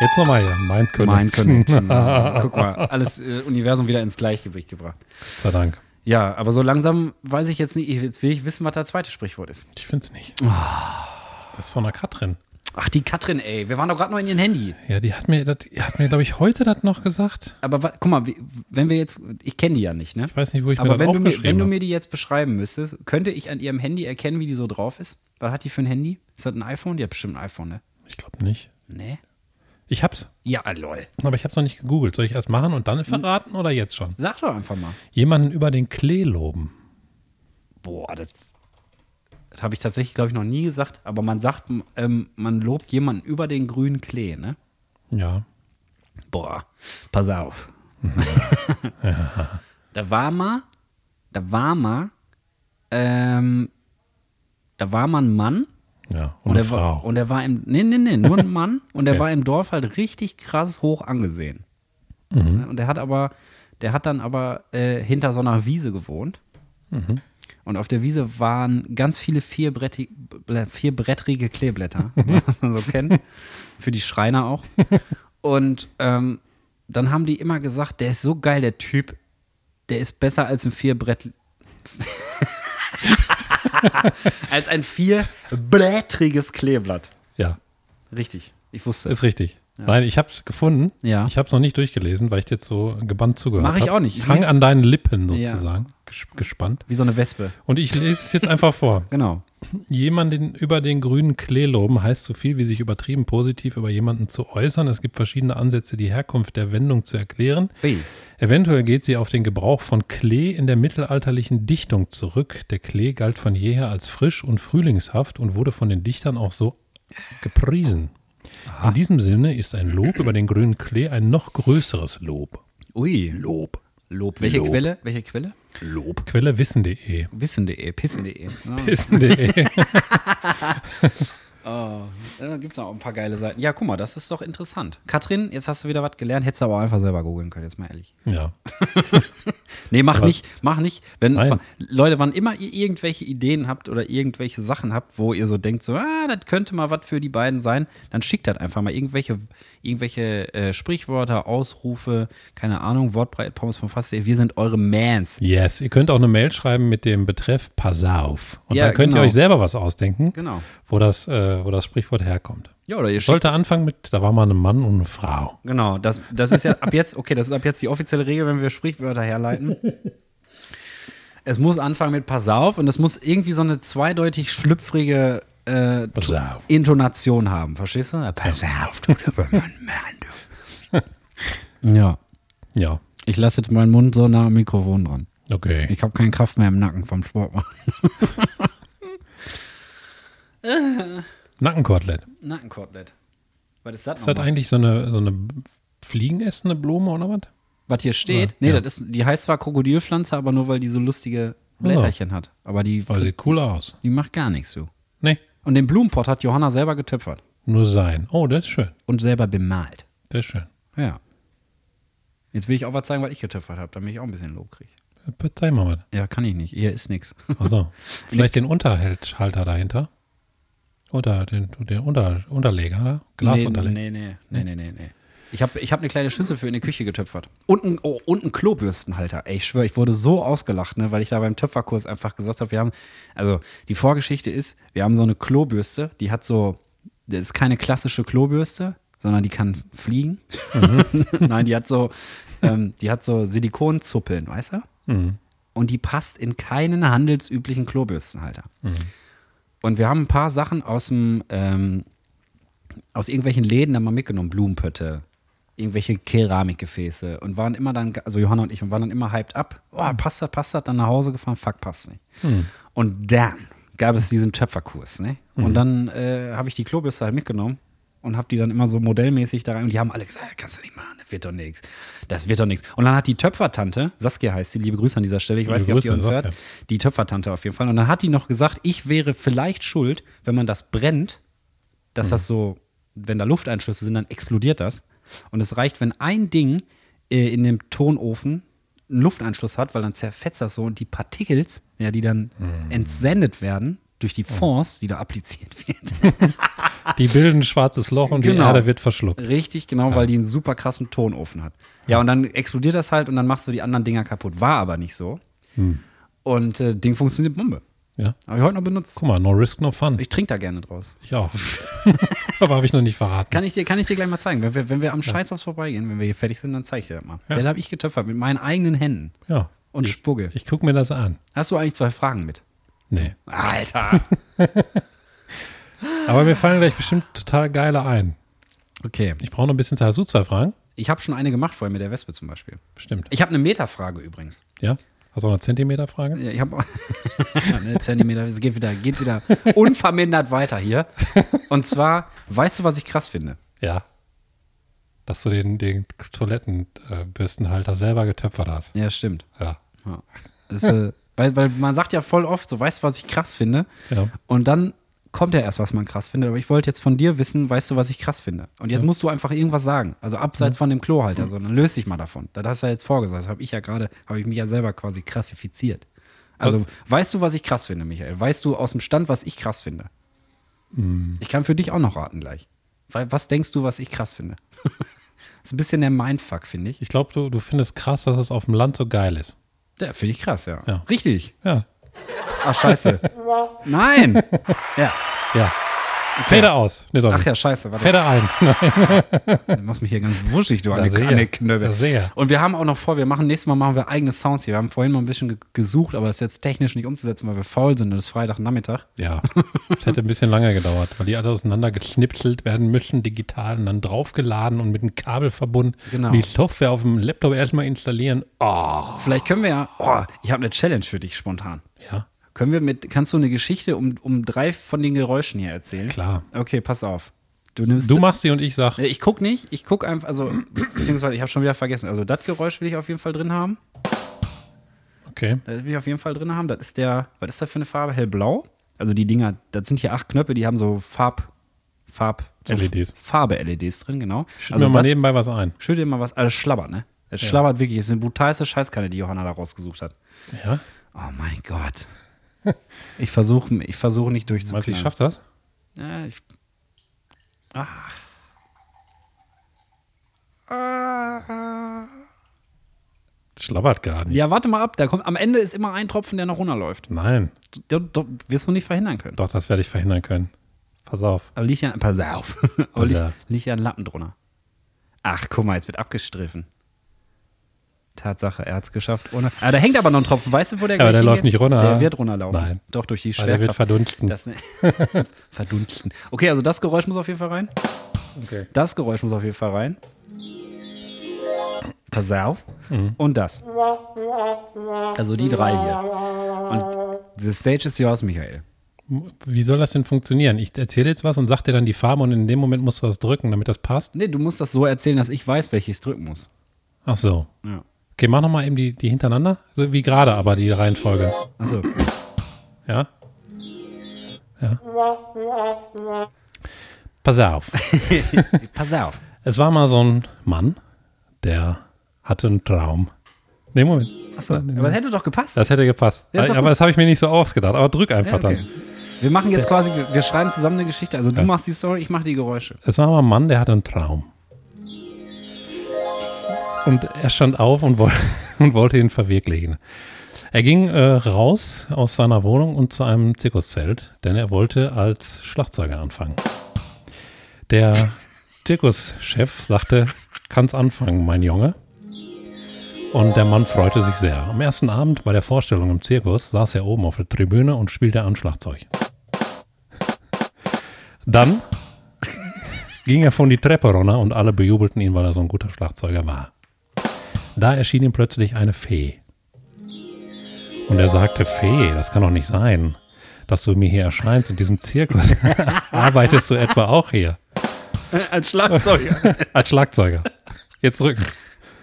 Speaker 2: Jetzt nochmal hier. Mind Connection.
Speaker 1: Mein Connection. Guck mal, alles äh, Universum wieder ins Gleichgewicht gebracht.
Speaker 2: Sei Dank.
Speaker 1: Ja, aber so langsam weiß ich jetzt nicht, ich- jetzt will ich wissen, was das zweite Sprichwort ist.
Speaker 2: Ich find's nicht. Ah. Das ist von der Katrin.
Speaker 1: Ach, die Katrin, ey, wir waren doch gerade noch in ihrem Handy.
Speaker 2: Ja, die hat mir, das- die hat mir glaube ich, heute das noch gesagt.
Speaker 1: Aber wa- guck mal, wie- wenn wir jetzt, ich kenne die ja nicht, ne?
Speaker 2: Ich weiß nicht, wo ich mir
Speaker 1: Aber
Speaker 2: das
Speaker 1: wenn du, mir, wenn
Speaker 2: aufgeschrieben
Speaker 1: du
Speaker 2: habe.
Speaker 1: mir die jetzt beschreiben müsstest, könnte ich an ihrem Handy erkennen, wie die so drauf ist? Was hat die für ein Handy? Ist das ein iPhone? Die hat bestimmt ein iPhone, ne?
Speaker 2: Ich glaube nicht.
Speaker 1: Nee.
Speaker 2: Ich hab's,
Speaker 1: Ja, ah, lol.
Speaker 2: aber ich hab's noch nicht gegoogelt. Soll ich erst machen und dann verraten oder jetzt schon?
Speaker 1: Sag doch einfach mal.
Speaker 2: Jemanden über den Klee loben.
Speaker 1: Boah, das, das habe ich tatsächlich, glaube ich, noch nie gesagt. Aber man sagt, m- ähm, man lobt jemanden über den grünen Klee, ne?
Speaker 2: Ja.
Speaker 1: Boah, pass auf. da war mal, da war mal, ähm, da war mal ein Mann,
Speaker 2: Ja.
Speaker 1: Und
Speaker 2: Und, eine
Speaker 1: er,
Speaker 2: Frau.
Speaker 1: war, und er war im, nee, nee, nee, nur ein Mann. Und er
Speaker 2: Okay.
Speaker 1: war im Dorf halt richtig krass hoch angesehen.
Speaker 2: Mhm.
Speaker 1: Und er hat aber, der hat dann aber äh, hinter
Speaker 2: Mhm.
Speaker 1: so einer Wiese gewohnt. Und auf der Wiese waren ganz viele vierbrettige, Ble- vierbrettrige Kleeblätter,
Speaker 2: Mhm.
Speaker 1: was man so kennt. Für die Schreiner auch. Und ähm, dann haben die immer gesagt, der ist so geil, der Typ, der ist besser als ein Vierbrett. als ein vierblättriges Kleeblatt.
Speaker 2: Ja,
Speaker 1: Richtig, ich wusste es.
Speaker 2: ist richtig. Nein, ich habe es gefunden.
Speaker 1: Ja.
Speaker 2: Ich habe es noch nicht durchgelesen, weil ich dir jetzt so gebannt zugehört
Speaker 1: Mach ich
Speaker 2: hab.
Speaker 1: auch nicht. Ich
Speaker 2: Hang
Speaker 1: lies-
Speaker 2: an deinen Lippen
Speaker 1: Ja.
Speaker 2: sozusagen, ges gespannt.
Speaker 1: Wie so eine Wespe.
Speaker 2: Und ich lese es jetzt einfach vor.
Speaker 1: Genau.
Speaker 2: Jemanden über den grünen Klee loben heißt so viel wie sich übertrieben positiv über jemanden zu äußern. Es gibt verschiedene Ansätze, die Herkunft der Wendung zu erklären.
Speaker 1: Ui.
Speaker 2: Eventuell geht sie auf den Gebrauch von Klee in der mittelalterlichen Dichtung zurück. Der Klee galt von jeher als frisch und frühlingshaft und wurde von den Dichtern auch so gepriesen. In diesem Sinne ist ein Lob über den grünen Klee ein noch größeres Lob.
Speaker 1: Ui. Lob. Lob. Welche
Speaker 2: Lob.
Speaker 1: Quelle? Welche Quelle?
Speaker 2: Quelle wissen.de.
Speaker 1: Wissen.de, pissen.de. Ja.
Speaker 2: Wissen.de.
Speaker 1: Oh, da gibt es auch ein paar geile Seiten. Ja, guck mal, das ist doch interessant. Katrin, jetzt hast du wieder was gelernt, hättest du aber auch einfach selber googeln können, jetzt mal ehrlich.
Speaker 2: ja.
Speaker 1: Nee, mach
Speaker 2: Aber-
Speaker 1: nicht, mach nicht. Wenn,
Speaker 2: Nein.
Speaker 1: Leute, wann immer ihr irgendwelche Ideen habt oder irgendwelche Sachen habt, wo ihr so denkt, so, ah, das könnte mal was für die beiden sein, dann schickt das einfach mal irgendwelche, irgendwelche äh, Sprichwörter, Ausrufe, keine Ahnung, Wortbreit, Pommes von Fast. Wir sind eure Mans.
Speaker 2: Yes, ihr könnt auch eine Mail schreiben mit dem Betreff Pass auf. Und
Speaker 1: Ja,
Speaker 2: dann könnt
Speaker 1: genau.
Speaker 2: ihr euch selber was ausdenken,
Speaker 1: Genau.
Speaker 2: wo, das, äh, wo das Sprichwort herkommt.
Speaker 1: Ja, oder ihr
Speaker 2: Ich
Speaker 1: schickt
Speaker 2: sollte anfangen mit, da war mal ein Mann und eine Frau.
Speaker 1: Genau, das, das ist ja ab jetzt, okay, das ist ab jetzt die offizielle Regel, wenn wir Sprichwörter herleiten. Es muss anfangen mit Pass auf und es muss irgendwie so eine zweideutig schlüpfrige äh,
Speaker 2: Pass auf.
Speaker 1: Intonation haben, verstehst du? Ja, Pass auf, du dummer Mann, du. Ja,
Speaker 2: Ja,
Speaker 1: ich lasse jetzt meinen Mund so nah am Mikrofon dran.
Speaker 2: okay.
Speaker 1: Ich habe keine Kraft mehr im Nacken vom Sport machen.
Speaker 2: Nackenkotelett.
Speaker 1: Oh Nackenkotelett. Was ist das
Speaker 2: Ist das
Speaker 1: nochmal?
Speaker 2: eigentlich so eine, so eine fliegenessende Blume oder was?
Speaker 1: Was hier steht?
Speaker 2: Ja.
Speaker 1: Nee,
Speaker 2: Ja.
Speaker 1: das ist, die heißt zwar Krokodilpflanze, aber nur weil die so lustige Blätterchen hat. Aber die
Speaker 2: Weil sieht cool aus.
Speaker 1: Die macht gar nichts so.
Speaker 2: Nee,
Speaker 1: Und den Blumenpott hat Johanna selber getöpfert
Speaker 2: nur sein. Oh, das ist schön.
Speaker 1: und selber bemalt.
Speaker 2: Das ist schön.
Speaker 1: Ja. Jetzt will ich auch was zeigen, was ich getöpfert habe, damit ich auch ein bisschen Lob kriege.
Speaker 2: Zeig mal
Speaker 1: Ja, kann ich nicht. Ihr ist nichts.
Speaker 2: was. Achso. Vielleicht den Unterhalter dahinter. Oder den, den Unter, Unterleger, oder?
Speaker 1: Nee,
Speaker 2: Glasunterleger.
Speaker 1: nee, nee, nee, nee, nee, nee. Ich habe ich hab eine kleine Schüssel für in die Küche getöpfert. Und ein, oh, und ein Klobürstenhalter. Ey, ich schwöre, ich wurde so ausgelacht, ne, weil ich da beim Töpferkurs einfach gesagt habe, wir haben, also die Vorgeschichte ist, wir haben so eine Klobürste, die hat so, das ist keine klassische Klobürste, sondern die kann fliegen. Nein, die hat so, ähm, die hat so Silikonzuppeln, weißt du?
Speaker 2: Hm.
Speaker 1: Und die passt in keinen handelsüblichen Klobürstenhalter. Und wir haben ein paar Sachen aus dem, ähm, aus irgendwelchen Läden dann mal mitgenommen, Blumenpötte, irgendwelche Keramikgefäße und waren immer dann, also Johanna und ich, und waren dann immer hyped ab. Oh,
Speaker 2: Hm.
Speaker 1: passt das, passt das, dann nach Hause gefahren, fuck, passt nicht. Und dann gab es diesen Töpferkurs, ne?
Speaker 2: Hm.
Speaker 1: Und dann äh, habe ich die Klobürste halt mitgenommen und habe die dann immer so modellmäßig da rein und die haben alle gesagt, "Ja, kannst du nicht machen, das wird doch nichts, das wird doch nichts. Und dann hat die Töpfertante, Saskia heißt sie, liebe Grüße an dieser Stelle, ich weiß
Speaker 2: Liebe
Speaker 1: nicht, ob die
Speaker 2: Grüße,
Speaker 1: uns hört,
Speaker 2: Saskia.
Speaker 1: die Töpfertante auf jeden Fall. Und dann hat die noch gesagt, ich wäre vielleicht schuld, wenn man das brennt, dass das so, wenn da Lufteinschlüsse sind, dann explodiert das. Und es reicht, wenn ein Ding äh, in dem Tonofen einen Lufteinschluss hat, weil dann zerfetzt das so und die Partikel, ja, die dann entsendet werden durch die Force, die da appliziert wird.
Speaker 2: Die bilden ein schwarzes Loch und die
Speaker 1: Genau.
Speaker 2: Erde wird verschluckt.
Speaker 1: Richtig, genau, weil die einen super krassen Tonofen hat. Ja, und dann explodiert das halt und dann machst du die anderen Dinger kaputt. War aber nicht so. Und äh, Ding funktioniert Bombe.
Speaker 2: Ja.
Speaker 1: Habe ich heute noch benutzt.
Speaker 2: Guck mal, no risk, no fun. Ich,
Speaker 1: Ich trinke da gerne draus.
Speaker 2: auch. Aber habe ich noch nicht verraten.
Speaker 1: Kann ich dir, kann ich dir gleich mal zeigen. Wenn wir, wenn wir am Scheißhaus vorbeigehen, wenn wir hier fertig sind, dann zeige ich dir das mal.
Speaker 2: Ja.
Speaker 1: Den habe ich getöpfert mit meinen eigenen Händen
Speaker 2: ja.
Speaker 1: und
Speaker 2: ich,
Speaker 1: Spucke.
Speaker 2: ich gucke mir das an.
Speaker 1: Hast du eigentlich zwei Fragen mit?
Speaker 2: Nee.
Speaker 1: Alter!
Speaker 2: Aber mir fallen gleich bestimmt total geile ein.
Speaker 1: Okay.
Speaker 2: Ich brauche noch ein bisschen Zeit. Hast du zwei Fragen?
Speaker 1: Ich habe schon eine gemacht vorher mit der Wespe zum Beispiel.
Speaker 2: Bestimmt.
Speaker 1: Ich habe eine Meterfrage übrigens.
Speaker 2: Ja? Hast du auch eine Zentimeterfrage?
Speaker 1: Ja, Ich habe eine Zentimeter, es geht wieder, geht wieder unvermindert weiter hier. Und zwar, weißt du, was ich krass finde?
Speaker 2: Ja. Dass du den, den Toilettenbürstenhalter selber getöpfert hast.
Speaker 1: Ja, stimmt.
Speaker 2: Ja.
Speaker 1: Ja. Das, äh, weil, weil man sagt ja voll oft, so weißt du, was ich krass finde.
Speaker 2: Ja.
Speaker 1: Und dann kommt ja erst, was man krass findet. Aber ich wollte jetzt von dir wissen, weißt du, was ich krass finde? Und jetzt musst du einfach irgendwas sagen. Also abseits von dem Klohalter, sondern löse dich mal davon. Das hast du ja jetzt vorgesagt. Das habe ich ja gerade, habe ich mich ja selber quasi krassifiziert. Also, weißt du, was ich krass finde, Michael? Weißt du aus dem Stand, was ich krass finde?
Speaker 2: Hm.
Speaker 1: Ich kann für dich auch noch raten gleich. Weil, was denkst du, was ich krass finde? ist ein bisschen der Mindfuck, finde ich.
Speaker 2: Ich glaube, du, du findest krass, dass es auf dem Land so geil ist.
Speaker 1: Ja, finde ich krass, ja.
Speaker 2: Ja.
Speaker 1: Richtig.
Speaker 2: Ja. Ah,
Speaker 1: Ach, scheiße. Nein. Ja.
Speaker 2: Ja. Feder aus. Nee, doch
Speaker 1: Ach
Speaker 2: nicht.
Speaker 1: ja, scheiße. Warte,
Speaker 2: Feder ein.
Speaker 1: du machst mich hier ganz wuschig, du
Speaker 2: Da
Speaker 1: an
Speaker 2: sehe.
Speaker 1: der, an der Knöbel.
Speaker 2: Da sehe.
Speaker 1: Und wir haben auch noch vor, wir machen nächstes Mal machen wir eigene Sounds hier. Wir haben vorhin mal ein bisschen ge gesucht, aber das ist jetzt technisch nicht umzusetzen, weil wir faul sind und es ist Freitagnachmittag.
Speaker 2: Ja, es hätte ein bisschen länger gedauert, weil die alle auseinander geschnipselt werden müssen, digital und dann draufgeladen und mit einem Kabel verbunden.
Speaker 1: Genau.
Speaker 2: Die Software auf dem Laptop erstmal installieren. Oh,
Speaker 1: Vielleicht können wir ja. Oh, ich habe eine Challenge für dich spontan.
Speaker 2: ja,
Speaker 1: Können wir mit, kannst du eine Geschichte um, um drei von den Geräuschen hier erzählen?
Speaker 2: klar.
Speaker 1: Okay, pass auf. Du nimmst.
Speaker 2: Du machst sie und ich sag,
Speaker 1: Nee, ich guck nicht, ich guck einfach, also, beziehungsweise ich habe schon wieder vergessen. Also, das Geräusch will ich auf jeden Fall drin haben.
Speaker 2: okay,
Speaker 1: Das will ich auf jeden Fall drin haben. Das ist der, was ist das für eine Farbe? Hellblau? Also die Dinger, das sind hier acht Knöpfe, die haben so Farb, Farb, so
Speaker 2: LEDs.
Speaker 1: Farbe-LEDs drin, genau.
Speaker 2: schütten wir mal
Speaker 1: das-
Speaker 2: nebenbei was ein.
Speaker 1: schütt dir mal was, alles schlabbert, ne? Es schlabbert wirklich, es ist eine brutalste Scheißkanne, die Johanna da rausgesucht hat.
Speaker 2: Ja,
Speaker 1: Oh mein Gott. ich versuche ich versuch nicht
Speaker 2: meinst du, ich
Speaker 1: durchzuknallen.
Speaker 2: schaff das?
Speaker 1: Ja, ich,
Speaker 2: Schlabbert gar nicht.
Speaker 1: ja, warte mal ab, da kommt, am Ende ist immer ein Tropfen, der noch runterläuft.
Speaker 2: Nein,
Speaker 1: Du, du, wirst du nicht verhindern können.
Speaker 2: doch, das werde ich verhindern können. Pass auf.
Speaker 1: Aber liegt ja, pass auf, aber
Speaker 2: Pass
Speaker 1: liegt,
Speaker 2: auf.
Speaker 1: liegt ja ein Lappen drunter. Ach, guck mal, jetzt wird abgestriffen. Tatsache, er hat's geschafft. Ohne, ah, da hängt aber noch ein Tropfen. Weißt du, wo der
Speaker 2: Aber
Speaker 1: gleich
Speaker 2: der läuft
Speaker 1: hingeht?
Speaker 2: nicht runter.
Speaker 1: Der wird runterlaufen.
Speaker 2: Nein.
Speaker 1: Doch, durch die
Speaker 2: Weil der
Speaker 1: Schwerkraft.
Speaker 2: wird verdunsten.
Speaker 1: Das ne Verdunsten. Okay, also das Geräusch muss auf jeden Fall rein.
Speaker 2: okay.
Speaker 1: Das Geräusch muss auf jeden Fall rein. Pass auf.
Speaker 2: Mhm.
Speaker 1: Und das. Also die drei hier. Und the stage is yours, Michael.
Speaker 2: Wie soll das denn funktionieren? Ich erzähle jetzt was und sag dir dann die Farbe und in dem Moment musst du was drücken, damit das passt.
Speaker 1: Nee, du musst das so erzählen, dass ich weiß, welches drücken muss.
Speaker 2: Ach so.
Speaker 1: Ja.
Speaker 2: Okay, mach nochmal eben die, die hintereinander. So wie gerade aber die Reihenfolge.
Speaker 1: Achso.
Speaker 2: Ja? Ja. Pass auf.
Speaker 1: Pass auf.
Speaker 2: Es war mal so ein Mann, der hatte einen Traum. Nee, Moment.
Speaker 1: Achso, aber hätte doch gepasst.
Speaker 2: Das hätte gepasst.
Speaker 1: Ja, ist doch
Speaker 2: aber
Speaker 1: gut.
Speaker 2: das habe ich mir nicht so ausgedacht. Aber drück einfach
Speaker 1: Ja, okay.
Speaker 2: dann.
Speaker 1: Wir machen jetzt quasi, wir- wir schreiben zusammen eine Geschichte. Also du machst die Story, ich mache die Geräusche.
Speaker 2: Es war mal ein Mann, der hatte einen Traum. Und er stand auf und, woll und wollte ihn verwirklichen. Er ging äh, raus aus seiner Wohnung und zu einem Zirkuszelt, denn er wollte als Schlagzeuger anfangen. Der Zirkuschef sagte, kannst anfangen, mein Junge. Und der Mann freute sich sehr. Am ersten Abend bei der Vorstellung im Zirkus saß er oben auf der Tribüne und spielte an Schlagzeug. Dann ging er von die Treppe runter und alle bejubelten ihn, weil er so ein guter Schlagzeuger war. Da erschien ihm plötzlich eine Fee. Und er sagte, Fee, das kann doch nicht sein, dass du mir hier erscheinst in diesem Zirkus. Arbeitest du etwa auch hier?
Speaker 1: Als Schlagzeuger.
Speaker 2: Als Schlagzeuger. Jetzt drücken.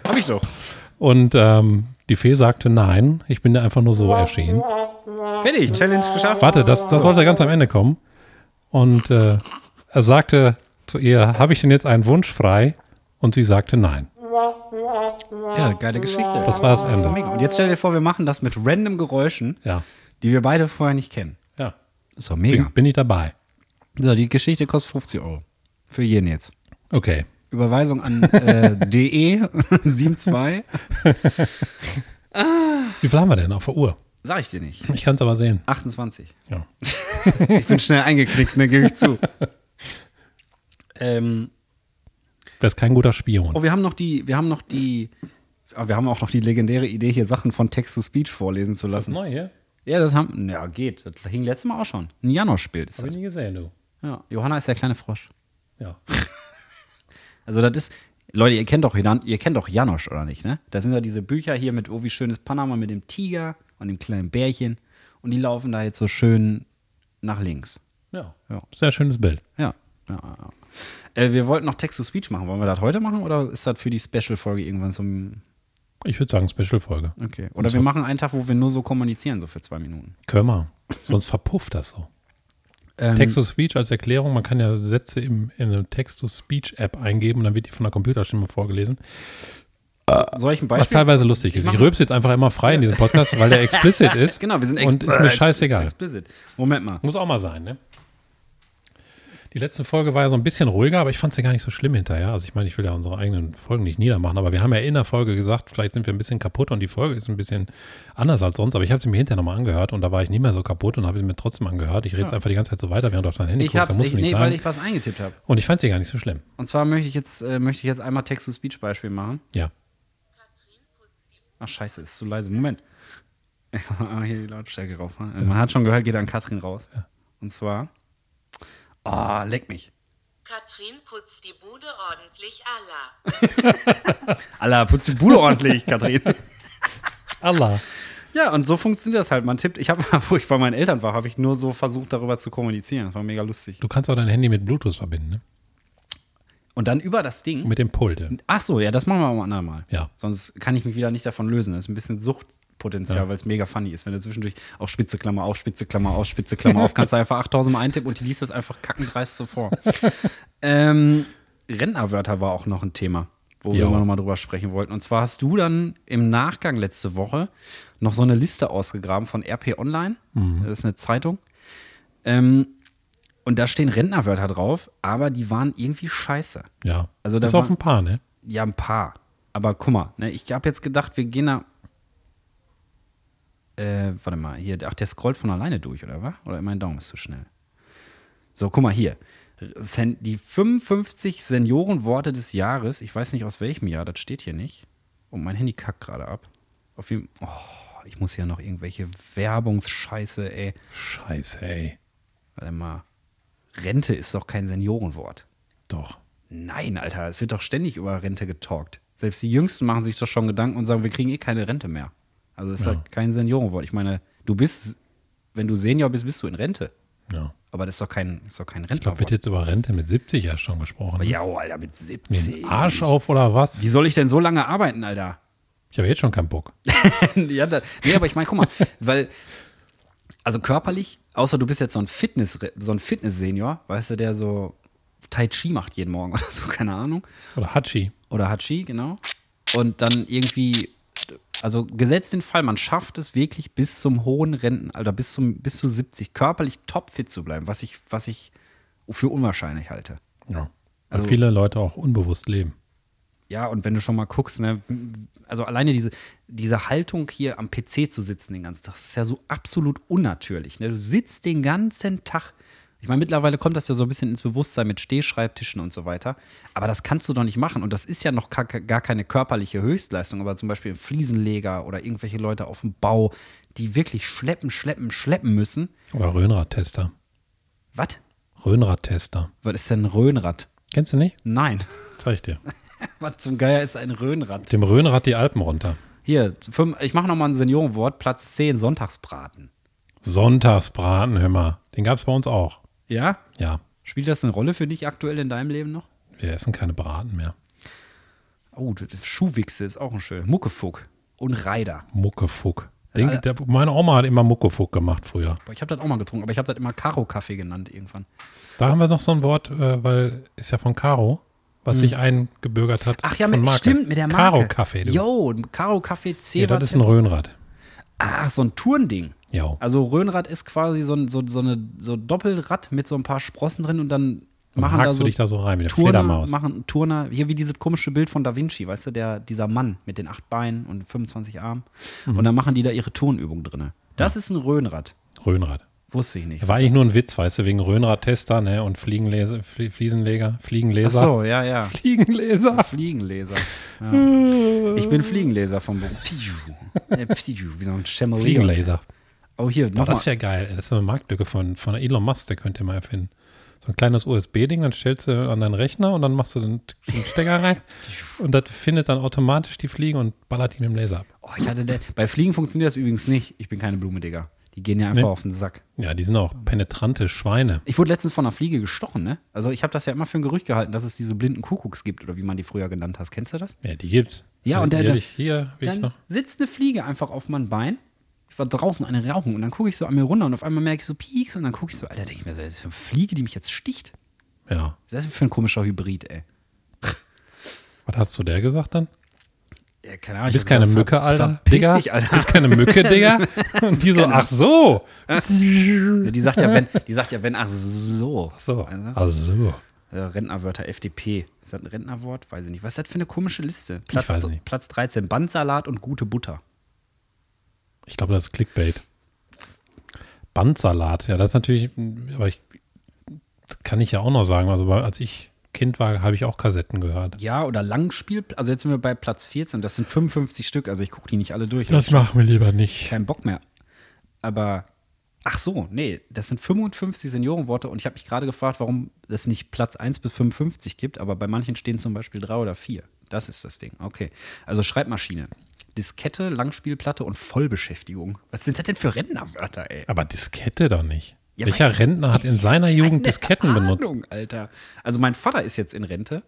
Speaker 1: Hab ich doch.
Speaker 2: Und ähm, die Fee sagte, nein, ich bin da einfach nur so erschienen.
Speaker 1: Fertig, Challenge geschafft.
Speaker 2: Warte, das, das sollte ganz am Ende kommen. Und äh, er sagte zu ihr, habe ich denn jetzt einen Wunsch frei? Und sie sagte, nein.
Speaker 1: Ja, geile Geschichte.
Speaker 2: Das war das
Speaker 1: So,
Speaker 2: Ende.
Speaker 1: mega. Und jetzt stell dir vor, wir machen das mit random Geräuschen,
Speaker 2: Ja,
Speaker 1: die wir beide vorher nicht kennen.
Speaker 2: ja.
Speaker 1: Ist doch
Speaker 2: Bin, bin ich dabei.
Speaker 1: So, die Geschichte kostet 50 Euro. Für jeden jetzt.
Speaker 2: Okay.
Speaker 1: Überweisung an äh, DE72.
Speaker 2: Wie viel haben wir denn auf der Uhr?
Speaker 1: Sag ich dir nicht.
Speaker 2: Ich kann es aber sehen.
Speaker 1: 28.
Speaker 2: Ja.
Speaker 1: Ich bin schnell eingekriegt, ne, gebe ich zu. ähm,
Speaker 2: Wer ist kein guter Spion.
Speaker 1: Oh, wir haben noch die, wir haben noch die, ah, wir haben auch noch die legendäre Idee, hier Sachen von Text to Speech vorlesen zu lassen.
Speaker 2: neu hier?
Speaker 1: Ja, das haben, ja, geht. Das hing letztes Mal auch schon. Ein Janosch-Bild ist
Speaker 2: Hab
Speaker 1: das.
Speaker 2: ich nie gesehen, du.
Speaker 1: Ja. Johanna ist der kleine Frosch.
Speaker 2: Ja.
Speaker 1: Also, das ist, Leute, ihr kennt doch, Hinan- ihr kennt doch Janosch, oder nicht, ne? Das sind ja diese Bücher hier mit, oh, wie schön ist Panama mit dem Tiger und dem kleinen Bärchen. Und die laufen da jetzt so schön nach links.
Speaker 2: ja.
Speaker 1: Ja.
Speaker 2: Sehr schönes Bild.
Speaker 1: Ja. ja, ja, ja. Äh, wir wollten noch Text to Speech machen. Wollen wir das heute machen oder ist das für die Special-Folge irgendwann zum.
Speaker 2: Ich würde sagen, Special-Folge.
Speaker 1: Okay. Oder wir machen einen Tag, wo wir nur so kommunizieren, so für zwei Minuten.
Speaker 2: Können wir. Sonst verpufft das so.
Speaker 1: Ähm,
Speaker 2: Text-to-Speech als Erklärung, man kann ja Sätze im, in eine Text-to-Speech-App eingeben und dann wird die von der Computerstimme vorgelesen.
Speaker 1: Soll ich ein
Speaker 2: Was
Speaker 1: Beispiel?
Speaker 2: teilweise lustig ist.
Speaker 1: mach-
Speaker 2: Ich rülpse jetzt einfach immer frei in diesem Podcast, weil der explicit ist.
Speaker 1: Genau, wir sind
Speaker 2: Und ist mir scheißegal.
Speaker 1: Explicit. Moment mal.
Speaker 2: Muss auch mal sein, ne? Die letzte Folge war ja so ein bisschen ruhiger, aber ich fand sie gar nicht so schlimm hinterher. Also ich meine, ich will ja unsere eigenen Folgen nicht niedermachen, aber wir haben ja in der Folge gesagt, vielleicht sind wir ein bisschen kaputt und die Folge ist ein bisschen anders als sonst, aber ich habe sie mir hinterher nochmal angehört und da war ich nicht mehr so kaputt und habe sie mir trotzdem angehört. Ich rede jetzt
Speaker 1: Ja.
Speaker 2: einfach die ganze Zeit so weiter, während du auf dein Handy
Speaker 1: Ich
Speaker 2: guckst, da
Speaker 1: hab's,
Speaker 2: musst
Speaker 1: ich,
Speaker 2: du nichts
Speaker 1: nee, weil
Speaker 2: sagen.
Speaker 1: ich was eingetippt habe.
Speaker 2: und ich fand sie gar nicht so schlimm.
Speaker 1: Und zwar möchte ich jetzt, äh, möchte ich jetzt einmal Text-to-Speech-Beispiel machen.
Speaker 2: Ja.
Speaker 1: Ach scheiße, ist zu leise. Moment. Ich mach mal hier die Lautstärke rauf. ne? Man hat schon gehört, geht an Katrin raus. Und zwar. Ah, leck mich.
Speaker 4: Katrin putzt die Bude ordentlich Allah.
Speaker 1: Alla, putz die Bude ordentlich, Katrin.
Speaker 2: Allah.
Speaker 1: Ja, und so funktioniert das halt. Man tippt, ich habe, wo ich bei meinen Eltern war, habe ich nur so versucht, darüber zu kommunizieren. Das war mega lustig.
Speaker 2: Du kannst auch dein Handy mit Bluetooth verbinden, ne?
Speaker 1: Und dann über das Ding.
Speaker 2: Mit dem Pulte.
Speaker 1: Ach so, ja, das machen wir am anderen Mal.
Speaker 2: Ja.
Speaker 1: Sonst kann ich mich wieder nicht davon lösen. Das ist ein bisschen Suchtpotenzial, weil es mega funny ist. Wenn du zwischendurch auf Spitze Klammer auf, Spitze Klammer auf, Spitze Klammer auf, kannst du einfach 8000 Mal eintippen und die liest das einfach kackendreist so vor. ähm, Rentnerwörter war auch noch ein Thema, wo wir
Speaker 2: Jo.
Speaker 1: immer noch mal drüber sprechen wollten. Und zwar hast du dann im Nachgang letzte Woche noch so eine Liste ausgegraben von RP Online. Das ist eine Zeitung. Ähm, und da stehen Rentnerwörter drauf, aber die waren irgendwie scheiße.
Speaker 2: Ja.
Speaker 1: Also da
Speaker 2: das ist auf
Speaker 1: war-
Speaker 2: ein paar, ne?
Speaker 1: Ja, ein paar. Aber guck mal, ne, ich habe jetzt gedacht, wir gehen da. Äh, warte mal, hier, ach, der scrollt von alleine durch, oder was? Oder mein Daumen ist zu schnell. So, guck mal hier. Sen die 55 Seniorenworte des Jahres, ich weiß nicht aus welchem Jahr, das steht hier nicht. Und mein Handy kackt gerade ab. Auf jeden Oh, ich muss hier noch irgendwelche Werbungsscheiße, ey.
Speaker 2: Scheiße, ey.
Speaker 1: Warte mal. Rente ist doch kein Seniorenwort.
Speaker 2: Doch.
Speaker 1: Nein, Alter, es wird doch ständig über Rente getalkt. Selbst die Jüngsten machen sich doch schon Gedanken und sagen, wir kriegen eh keine Rente mehr. Also ist halt kein Seniorenwort. Ich meine, du bist, wenn du Senior bist, bist du in Rente.
Speaker 2: Ja.
Speaker 1: Aber das ist doch kein, ist doch kein
Speaker 2: Ich glaube,
Speaker 1: Rentnerwort.
Speaker 2: wird jetzt über Rente mit 70 ja schon gesprochen. ne?
Speaker 1: ja, oh, Alter, mit
Speaker 2: Mir
Speaker 1: 70.
Speaker 2: den Arsch auf oder was?
Speaker 1: Wie soll ich denn so lange arbeiten, Alter?
Speaker 2: Ich habe jetzt schon keinen Bock.
Speaker 1: ja, da, nee, aber ich meine, guck mal, weil, also körperlich, außer du bist jetzt so ein Fitness, so ein Fitness-Senior, weißt du, der so Tai Chi macht jeden Morgen oder so, keine Ahnung.
Speaker 2: Oder Hatschi.
Speaker 1: oder Hachi, genau. Und dann irgendwie, also gesetzt den Fall, man schafft es wirklich bis zum hohen Rentenalter, bis, zum, bis zu 70, körperlich topfit zu bleiben, was ich, was ich für unwahrscheinlich halte.
Speaker 2: Ja. Weil
Speaker 1: Also-
Speaker 2: viele Leute auch unbewusst leben.
Speaker 1: Ja, und wenn du schon mal guckst, ne, also alleine diese, diese Haltung hier am PC zu sitzen den ganzen Tag, das ist ja so absolut unnatürlich. Ne? Du sitzt den ganzen Tag. Ich meine, mittlerweile kommt das ja so ein bisschen ins Bewusstsein mit Stehschreibtischen und so weiter. Aber das kannst du doch nicht machen. Und das ist ja noch ka- gar keine körperliche Höchstleistung. Aber zum Beispiel Fliesenleger oder irgendwelche Leute auf dem Bau, die wirklich schleppen, schleppen, schleppen müssen.
Speaker 2: Oder Röhnradtester.
Speaker 1: Was?
Speaker 2: Röhnradtester.
Speaker 1: Was ist denn ein Röhnrad?
Speaker 2: Kennst du nicht?
Speaker 1: Nein.
Speaker 2: Zeig ich dir.
Speaker 1: Was zum Geier ist ein Röhnrad?
Speaker 2: Dem Röhnrad die Alpen runter.
Speaker 1: Hier, fünf, ich mache nochmal ein Seniorenwort, Platz 10, Sonntagsbraten.
Speaker 2: Sonntagsbraten, hör mal. Den gab es bei uns auch.
Speaker 1: Ja?
Speaker 2: Ja.
Speaker 1: Spielt das eine Rolle für dich aktuell in deinem Leben noch?
Speaker 2: Wir essen keine Braten mehr.
Speaker 1: Oh, das- das Schuhwichse ist auch ein schön. Muckefuck und Reider.
Speaker 2: Muckefuck. Den, der, meine Oma hat immer Muckefuck gemacht früher.
Speaker 1: Boah, ich habe das auch mal getrunken, aber ich habe das immer Karo-Kaffee genannt irgendwann.
Speaker 2: Da haben wir noch so ein Wort, äh, weil ist ja von Caro, was sich eingebürgert hat.
Speaker 1: Hm. Ach ja,
Speaker 2: von
Speaker 1: mit,
Speaker 2: Marke.
Speaker 1: stimmt, mit der Marke.
Speaker 2: Caro Kaffee. Du.
Speaker 1: Jo, Karo-Kaffee C.
Speaker 2: nee,
Speaker 1: war-
Speaker 2: das ist ein Röhnrad.
Speaker 1: Ach, so ein Tourending.
Speaker 2: Jo.
Speaker 1: Also Röhnrad ist quasi so ein so, so eine, so ein Doppelrad mit so ein paar Sprossen drin und dann
Speaker 2: Dann
Speaker 1: machen
Speaker 2: hakst
Speaker 1: da
Speaker 2: du
Speaker 1: so
Speaker 2: dich da so rein mit der
Speaker 1: Turner,
Speaker 2: Fledermaus.
Speaker 1: machen Turner, hier wie dieses komische Bild von Da Vinci, weißt du, der, dieser Mann mit den acht Beinen und 25 Armen.
Speaker 2: Mhm.
Speaker 1: Und dann machen die da ihre Turnübung drin. Das ist ein Röhnrad.
Speaker 2: Röhnrad.
Speaker 1: Wusste ich nicht.
Speaker 2: War eigentlich nur ein Witz, weißt du, wegen Röhnradtester ne, und Fliegenlese, Flie- Fliesenleger,
Speaker 1: Ach
Speaker 2: Fliegenleser.
Speaker 1: so, ja, ja.
Speaker 2: Fliegenleser.
Speaker 1: Fliegenleser. Ja. Ich bin Fliegenleser vom Beruf. Pfiu. Äh, pfiu, Wie so ein Chamelier.
Speaker 2: Fliegenlaser.
Speaker 1: Oh, hier,
Speaker 2: Boah, das
Speaker 1: nochmal.
Speaker 2: wäre geil. Das ist so eine Marktlücke von, von Elon Musk, der könnte mal erfinden. So ein kleines USB-Ding, dann stellst du an deinen Rechner und dann machst du den, den Stecker rein und das findet dann automatisch die Fliegen und ballert ihn im Laser ab.
Speaker 1: Oh, ich hatte, le- bei Fliegen funktioniert das übrigens nicht. Ich bin keine Blume, Digga. Die gehen ja einfach
Speaker 2: Nee.
Speaker 1: auf den Sack.
Speaker 2: Ja, die sind auch penetrante Schweine.
Speaker 1: Ich wurde letztens von einer Fliege gestochen, ne? Also ich habe das ja immer für ein Gerücht gehalten, dass es diese blinden Kuckucks gibt oder wie man die früher genannt hat. Kennst du das?
Speaker 2: Ja, die gibt's.
Speaker 1: Ja, und der-
Speaker 2: hier,
Speaker 1: der-
Speaker 2: hier will ich
Speaker 1: dann
Speaker 2: noch.
Speaker 1: sitzt eine Fliege einfach auf meinem Bein. Ich war draußen eine Rauchen und dann gucke ich so an mir runter und auf einmal merke ich so Pieks und dann gucke ich so, Alter, denke ich mir, so, das ist für eine Fliege, die mich jetzt sticht.
Speaker 2: Ja.
Speaker 1: Das ist für ein komischer Hybrid, ey.
Speaker 2: Was hast du der gesagt dann?
Speaker 1: Ja, keine Ahnung. ich
Speaker 2: Bist
Speaker 1: hab
Speaker 2: keine
Speaker 1: gesagt,
Speaker 2: Mücke,
Speaker 1: ver-
Speaker 2: Alter.
Speaker 1: Verpiss
Speaker 2: Digga.
Speaker 1: dich, Alter.
Speaker 2: Bist keine Mücke, Digga. Und die so, ach so.
Speaker 1: Die sagt ja, wenn, die sagt ja, wenn, ach so.
Speaker 2: So,
Speaker 1: Also,
Speaker 2: ach so.
Speaker 1: äh, Rentnerwörter FDP. Ist das ein Rentnerwort? Weiß ich nicht. Was ist das für eine komische Liste? Platz,
Speaker 2: weiß nicht.
Speaker 1: Platz 13, Bandsalat und gute Butter.
Speaker 2: Ich glaube, das ist Clickbait. Bandsalat, ja, das ist natürlich, aber ich kann ich ja auch noch sagen. Also, weil als ich Kind war, habe ich auch Kassetten gehört.
Speaker 1: Ja, oder Langspiel. Also jetzt sind wir bei Platz 14. Das sind 55 Stück. Also ich gucke die nicht alle durch.
Speaker 2: Das machen wir lieber nicht.
Speaker 1: keinen Bock mehr. Aber, ach so, nee, das sind 55 Seniorenworte und ich habe mich gerade gefragt, warum es nicht Platz 1 bis 55 gibt, aber bei manchen stehen zum Beispiel drei oder vier. Das ist das Ding, okay. Also Schreibmaschine, Diskette, Langspielplatte und Vollbeschäftigung. Was sind das denn für Rentnerwörter, ey?
Speaker 2: Aber Diskette doch nicht.
Speaker 1: Ja,
Speaker 2: Welcher
Speaker 1: aber-
Speaker 2: Rentner hat in seiner Jugend Disketten benutzt?
Speaker 1: Ahnung, Alter. Also mein Vater ist jetzt in Rente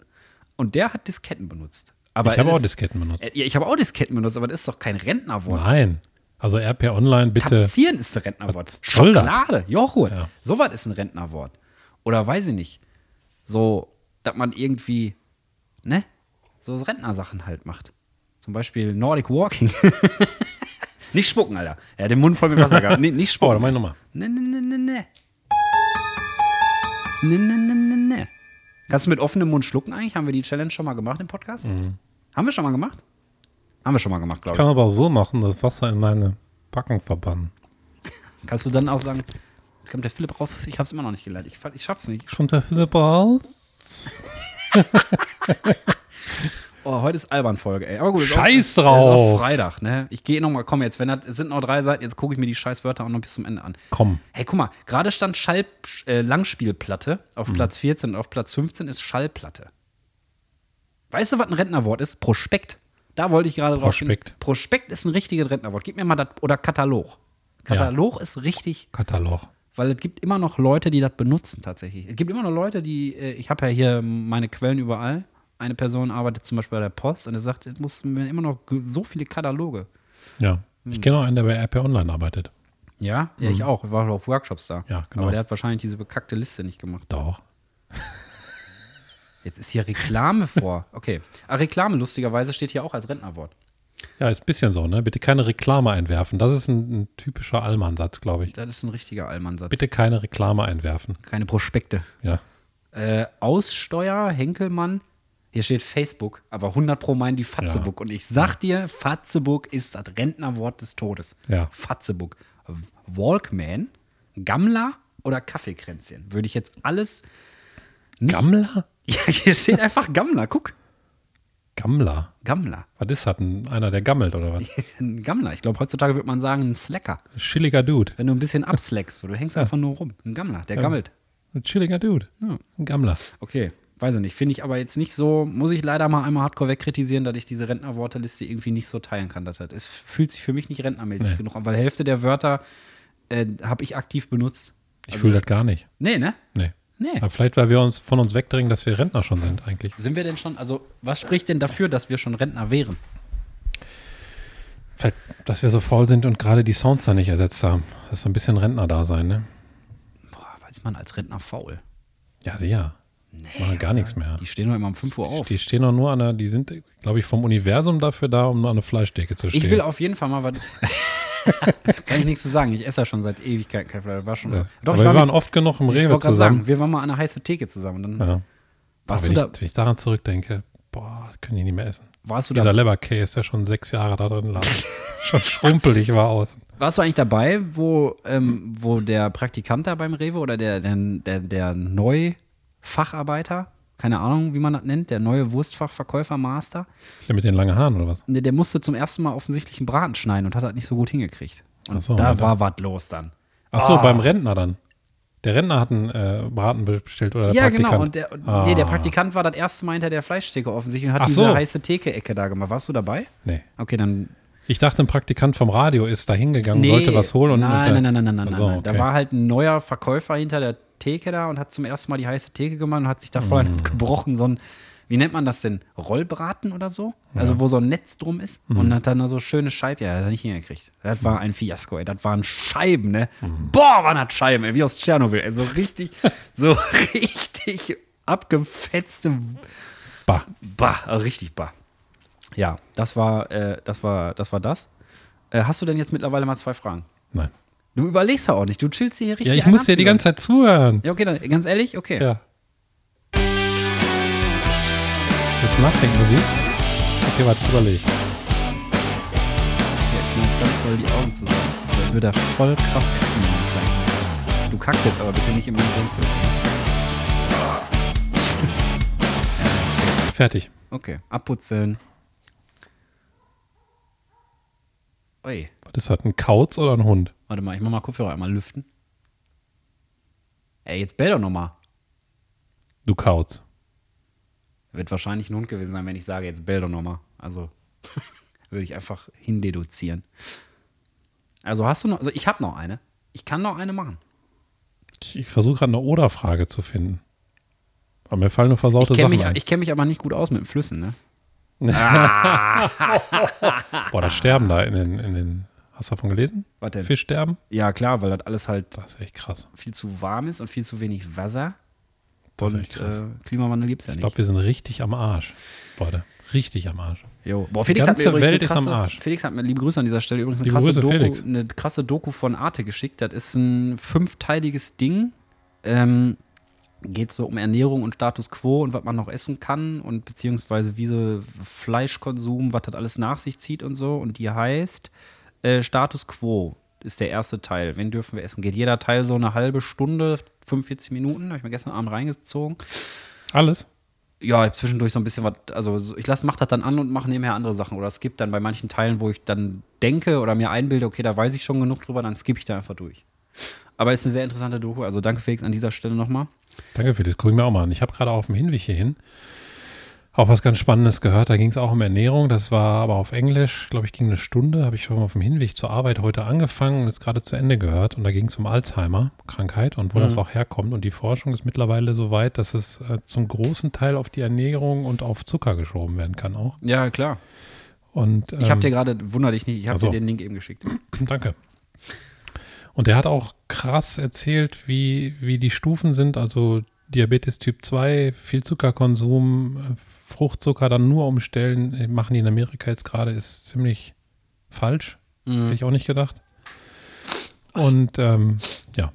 Speaker 1: und der hat Disketten benutzt. Aber
Speaker 2: Ich habe
Speaker 1: das-
Speaker 2: auch Disketten benutzt.
Speaker 1: Äh, Ja, ich habe auch Disketten benutzt, aber das ist doch kein Rentnerwort.
Speaker 2: Nein. Also, RP Online, bitte.
Speaker 1: Tapezieren ist ein Rentnerwort.
Speaker 2: Was soll das?
Speaker 1: Schokolade, Joghurt.
Speaker 2: Ja.
Speaker 1: Sowas ist ein Rentnerwort. Oder weiß ich nicht. So, dass man irgendwie, ne? So Rentnersachen halt macht. Zum Beispiel Nordic Walking. nicht spucken, Alter. Er hat den Mund voll mit Wasser gehabt. Nee, nicht
Speaker 2: Oh,
Speaker 1: spucken.
Speaker 2: da mach ich nochmal.
Speaker 1: Ne, ne, ne, ne, ne. Ne, ne, ne, ne, ne. Kannst du mit offenem Mund schlucken eigentlich? Haben wir die Challenge schon mal gemacht im Podcast? Haben wir schon mal gemacht? Haben wir schon mal gemacht, glaube ich.
Speaker 2: Kann aber auch so machen, das Wasser in meine Backen verbannen.
Speaker 1: Kannst du dann auch sagen, jetzt kommt der Philipp raus, ich hab's immer noch nicht gelernt. Ich, fa- ich schaff's nicht.
Speaker 2: Kommt der Philipp raus?
Speaker 1: Oh, heute ist Albern-Folge, ey. Aber gut, ist auch-
Speaker 2: Scheiß
Speaker 1: ist auch
Speaker 2: drauf.
Speaker 1: Freitag, ne? Ich gehe nochmal, komm jetzt, wenn das, es sind noch drei Seiten, jetzt gucke ich mir die scheiß Wörter auch noch bis zum Ende an.
Speaker 2: Komm.
Speaker 1: Hey, guck mal, gerade stand Schall, äh, Langspielplatte auf
Speaker 2: Mhm.
Speaker 1: Platz 14 und auf Platz 15 ist Schallplatte. Weißt du, was ein Rentnerwort ist? Prospekt. Da wollte ich gerade drauf hin.
Speaker 2: Prospekt.
Speaker 1: Prospekt ist ein richtiges Rentnerwort. Gib mir mal das, oder Katalog. Katalog ist richtig
Speaker 2: Katalog.
Speaker 1: Weil es gibt immer noch Leute, die das benutzen tatsächlich. Es gibt immer noch Leute, die, äh, ich habe ja hier meine Quellen überall. Eine Person arbeitet zum Beispiel bei der Post und er sagt, es muss mir immer noch ge- so viele Kataloge.
Speaker 2: Ja. Ich kenne auch einen, der bei RP Online arbeitet.
Speaker 1: Ja, ja ich auch. Ich war auf Workshops da.
Speaker 2: Mhm. Ja, genau.
Speaker 1: Aber der hat wahrscheinlich diese bekackte Liste nicht gemacht.
Speaker 2: Doch.
Speaker 1: Jetzt ist hier Reklame vor. Okay. Ah, Reklame lustigerweise steht hier auch als Rentnerwort.
Speaker 2: Ja, ist ein bisschen so, ne? Bitte keine Reklame einwerfen. Das ist ein, ein typischer Allmann-Satz, glaube ich.
Speaker 1: Das ist ein richtiger Allmannsatz.
Speaker 2: Bitte keine Reklame einwerfen.
Speaker 1: Keine Prospekte.
Speaker 2: Ja.
Speaker 1: Äh, Aussteuer, Henkelmann. Hier steht Facebook, aber 100 Pro meinen die Fatzeburg. Und ich sag dir, Fatzeburg ist das Rentnerwort des Todes.
Speaker 2: Ja.
Speaker 1: Fatzeburg. W- Walkman, Gammler oder Kaffeekränzchen? Würde ich jetzt alles.
Speaker 2: Gammler?
Speaker 1: Ja, hier steht einfach Gammler, guck.
Speaker 2: Gammler.
Speaker 1: Gammler.
Speaker 2: Was ist das? Ein, einer, der gammelt oder was?
Speaker 1: Ein Gammler. Ich glaube, heutzutage würde man sagen, ein Slacker.
Speaker 2: Ein chilliger Dude.
Speaker 1: Wenn du ein bisschen abslackst, so, du hängst einfach nur rum. Ein Gammler, der gammelt.
Speaker 2: Ein chilliger Dude. Ein Gammler.
Speaker 1: Okay, weiß ich nicht. Finde ich aber jetzt nicht so, muss ich leider mal einmal hardcore wegkritisieren, dass ich diese Rentnerworteliste irgendwie nicht so teilen kann. Das, das, es fühlt sich für mich nicht rentnermäßig
Speaker 2: Nee.
Speaker 1: genug an, weil Hälfte der Wörter äh, habe ich aktiv benutzt.
Speaker 2: Ich fühle das gar nicht.
Speaker 1: Nee, ne?
Speaker 2: Also Nee.
Speaker 1: Nee.
Speaker 2: Aber vielleicht, weil wir uns von uns wegdrängen, dass wir Rentner schon sind, eigentlich.
Speaker 1: Sind wir denn schon, also was spricht denn dafür, dass wir schon Rentner wären?
Speaker 2: Vielleicht, dass wir so faul sind und gerade die Sounds da nicht ersetzt haben. Das ist so ein bisschen Rentner-Dasein, ne?
Speaker 1: Boah, weiß man als Rentner faul.
Speaker 2: Ja, sicher. Machen gar nichts mehr.
Speaker 1: Die stehen doch immer um 5 Uhr auf.
Speaker 2: Die stehen doch nur an der, die sind, glaube ich, vom Universum dafür da, um nur an der Fleischdecke zu stehen.
Speaker 1: Ich will auf jeden Fall mal was. Kann ich nichts zu sagen. Ich esse ja schon seit Ewigkeiten kein Fleisch. War schon.
Speaker 2: Ja.
Speaker 1: Doch,
Speaker 2: Aber
Speaker 1: ich war
Speaker 2: wir waren
Speaker 1: mit,
Speaker 2: oft genug im
Speaker 1: ich
Speaker 2: Rewe
Speaker 1: wollte gerade
Speaker 2: zusammen.
Speaker 1: Sagen, wir waren mal an der heißen Theke zusammen. Und dann
Speaker 2: Ja.
Speaker 1: warst,
Speaker 2: Aber
Speaker 1: du
Speaker 2: wenn,
Speaker 1: da,
Speaker 2: ich, wenn ich daran zurückdenke, boah, können die nicht mehr essen.
Speaker 1: warst du da
Speaker 2: Dieser Leberkäse, der schon sechs Jahre da drin lag, schon schrumpelig war außen.
Speaker 1: Warst du eigentlich dabei, wo, ähm, wo der Praktikant da beim Rewe oder der, der, der, der Neufacharbeiter, keine Ahnung, wie man das nennt, der neue Wurstfachverkäufer Master,
Speaker 2: Ja, mit den langen Haaren oder was?
Speaker 1: der, der musste zum ersten Mal offensichtlich einen Braten schneiden und hat das nicht so gut hingekriegt. Und
Speaker 2: Ach so,
Speaker 1: da
Speaker 2: ja,
Speaker 1: war was los dann.
Speaker 2: Ach
Speaker 1: Ah.
Speaker 2: so, beim Rentner dann. Der Rentner hat einen äh, Braten bestellt oder der
Speaker 1: Ja,
Speaker 2: Praktikant. Ah.
Speaker 1: genau. Und der, und- nee, der Praktikant war das erste Mal hinter der Fleischtheke offensichtlich und hat
Speaker 2: Ach
Speaker 1: diese
Speaker 2: so.
Speaker 1: heiße Theke-Ecke da gemacht. Warst du dabei?
Speaker 2: Nee.
Speaker 1: Okay, dann
Speaker 2: Ich dachte, ein Praktikant vom Radio ist da hingegangen, sollte was holen. Und,
Speaker 1: nein,
Speaker 2: und
Speaker 1: nein, nein, nein, nein, nein,
Speaker 2: Ach so,
Speaker 1: nein. Da
Speaker 2: okay.
Speaker 1: war halt ein neuer Verkäufer hinter der Theke da und hat zum ersten Mal die heiße Theke gemacht und hat sich da vorhin
Speaker 2: Mm.
Speaker 1: abgebrochen, so ein, wie nennt man das denn, Rollbraten oder so? Also wo so ein Netz drum ist
Speaker 2: Mm.
Speaker 1: und hat dann da so schöne Scheiben, ja, hat er nicht hingekriegt. Das war ein Fiasko, ey, das waren Scheiben, ne?
Speaker 2: Mm.
Speaker 1: Boah, waren das Scheiben, ey, wie aus Tschernobyl, ey, so richtig, so richtig abgefetzte,
Speaker 2: Bah.
Speaker 1: bah, richtig bah. Ja, das war, äh, das war, das war das. Äh, hast du denn jetzt mittlerweile mal zwei Fragen?
Speaker 2: Nein.
Speaker 1: Du überlegst ja auch nicht. Du chillst hier richtig.
Speaker 2: Ja, ich
Speaker 1: einen
Speaker 2: muss dir die
Speaker 1: abliefern.
Speaker 2: ganze Zeit zuhören.
Speaker 1: Ja, okay, dann ganz ehrlich, okay.
Speaker 2: Ja. Jetzt nachdenken Musik. Okay, warte, überleg.
Speaker 1: Okay, Jetzt mach ganz doll die Augen zusammen. Dann wird er voll krass kacken. Du kackst jetzt aber bitte nicht im Grenze.
Speaker 2: Fertig.
Speaker 1: Okay, abputzen. Ui,
Speaker 2: Das hat ein Kauz oder ein Hund?
Speaker 1: warte mal, ich mach mal Kopfhörer einmal lüften. Ey, jetzt bell doch nochmal.
Speaker 2: Du Kauz.
Speaker 1: Wird wahrscheinlich ein Hund gewesen sein, wenn ich sage, jetzt bell doch nochmal. Also würde ich einfach hindeduzieren. Also hast du noch, also ich habe noch eine. Ich kann noch eine machen.
Speaker 2: Ich, ich versuche gerade eine Oder-Frage zu finden. Aber mir fallen nur
Speaker 1: Ich
Speaker 2: versaute
Speaker 1: kenne
Speaker 2: Sachen
Speaker 1: mich,
Speaker 2: ein.
Speaker 1: ich kenn mich aber nicht gut aus mit den Flüssen, ne?
Speaker 2: Boah, das Sterben da in den, in den... Hast du davon gelesen?
Speaker 1: Ah. Was denn?
Speaker 2: Fischsterben?
Speaker 1: Ja, klar, weil das alles halt
Speaker 2: Das ist echt krass.
Speaker 1: viel zu warm ist und viel zu wenig Wasser.
Speaker 2: Das ist
Speaker 1: und
Speaker 2: echt krass.
Speaker 1: Äh, Klimawandel gibt's ja
Speaker 2: ich
Speaker 1: nicht.
Speaker 2: glaube, wir sind richtig am Arsch, Leute. Richtig am Arsch.
Speaker 1: Jo. Boah, Felix
Speaker 2: ganze
Speaker 1: hat mir übrigens
Speaker 2: Welt
Speaker 1: eine
Speaker 2: ist
Speaker 1: krasse,
Speaker 2: am Arsch.
Speaker 1: Felix hat mir, liebe Grüße an dieser Stelle, übrigens eine
Speaker 2: Liebe
Speaker 1: krasse,
Speaker 2: Grüße,
Speaker 1: Doku,
Speaker 2: Felix.
Speaker 1: eine krasse Doku von Arte geschickt. Das ist ein fünfteiliges Ding. Ähm, geht so um Ernährung und Status Quo und was man noch essen kann und beziehungsweise wie so Fleischkonsum, was das alles nach sich zieht und so. Und die heißt äh, Status Quo ist der erste Teil. Wen dürfen wir essen? Geht jeder Teil so eine halbe Stunde, 45 Minuten. Habe ich mir gestern Abend reingezogen.
Speaker 2: Alles?
Speaker 1: Ja, ich hab zwischendurch so ein bisschen was, also so- ich lasse, mach das dann an und mache nebenher andere Sachen. Oder es gibt dann bei manchen Teilen, wo ich dann denke oder mir einbilde, okay, da weiß ich schon genug drüber, dann skippe ich da einfach durch. Aber ist eine sehr interessante Doku, also danke Felix an dieser Stelle nochmal.
Speaker 2: Danke Felix, guck ich mir auch mal an. Ich habe gerade auf dem Hinweg hierhin auch was ganz Spannendes gehört. Da ging es auch um Ernährung. Das war aber auf Englisch, glaube ich, ging eine Stunde. Habe ich schon auf dem Hinweg zur Arbeit heute angefangen und jetzt gerade zu Ende gehört. Und da ging es um Alzheimer-Krankheit und wo das auch herkommt. Und die Forschung ist mittlerweile so weit, dass es äh, zum großen Teil auf die Ernährung und auf Zucker geschoben werden kann auch.
Speaker 1: Ja, klar.
Speaker 2: Und,
Speaker 1: Ich habe
Speaker 2: ähm,
Speaker 1: dir gerade, wunder dich nicht, ich habe
Speaker 2: ach so.
Speaker 1: dir den Link eben geschickt.
Speaker 2: Danke. Und er hat auch krass erzählt, wie, wie die Stufen sind, also Diabetes Typ 2, viel Zuckerkonsum, äh, Fruchtzucker dann nur umstellen, äh, machen die in Amerika jetzt gerade, ist ziemlich falsch.
Speaker 1: Mhm.
Speaker 2: Hätte ich auch nicht gedacht. Und ähm, ja,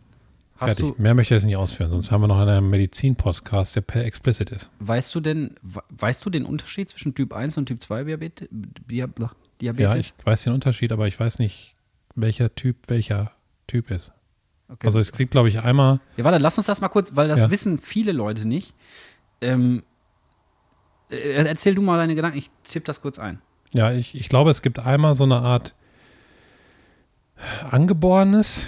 Speaker 1: Hast
Speaker 2: fertig.
Speaker 1: du-
Speaker 2: Mehr möchte ich jetzt nicht ausführen, sonst haben wir noch einen Medizin-Podcast, der per explicit ist.
Speaker 1: Weißt du denn, we- weißt du den Unterschied zwischen Typ 1 und Typ 2 Diabete- Diab- Diabetes?
Speaker 2: Ja, ich weiß den Unterschied, aber ich weiß nicht, welcher Typ welcher Typ ist.
Speaker 1: okay.
Speaker 2: Also es gibt, glaube ich, einmal
Speaker 1: Ja, warte, lass uns das mal kurz, weil das
Speaker 2: Ja.
Speaker 1: wissen viele Leute nicht. Ähm, äh, erzähl du mal deine Gedanken, ich tippe das kurz ein.
Speaker 2: Ja, ich, ich glaube, es gibt einmal so eine Art angeborenes.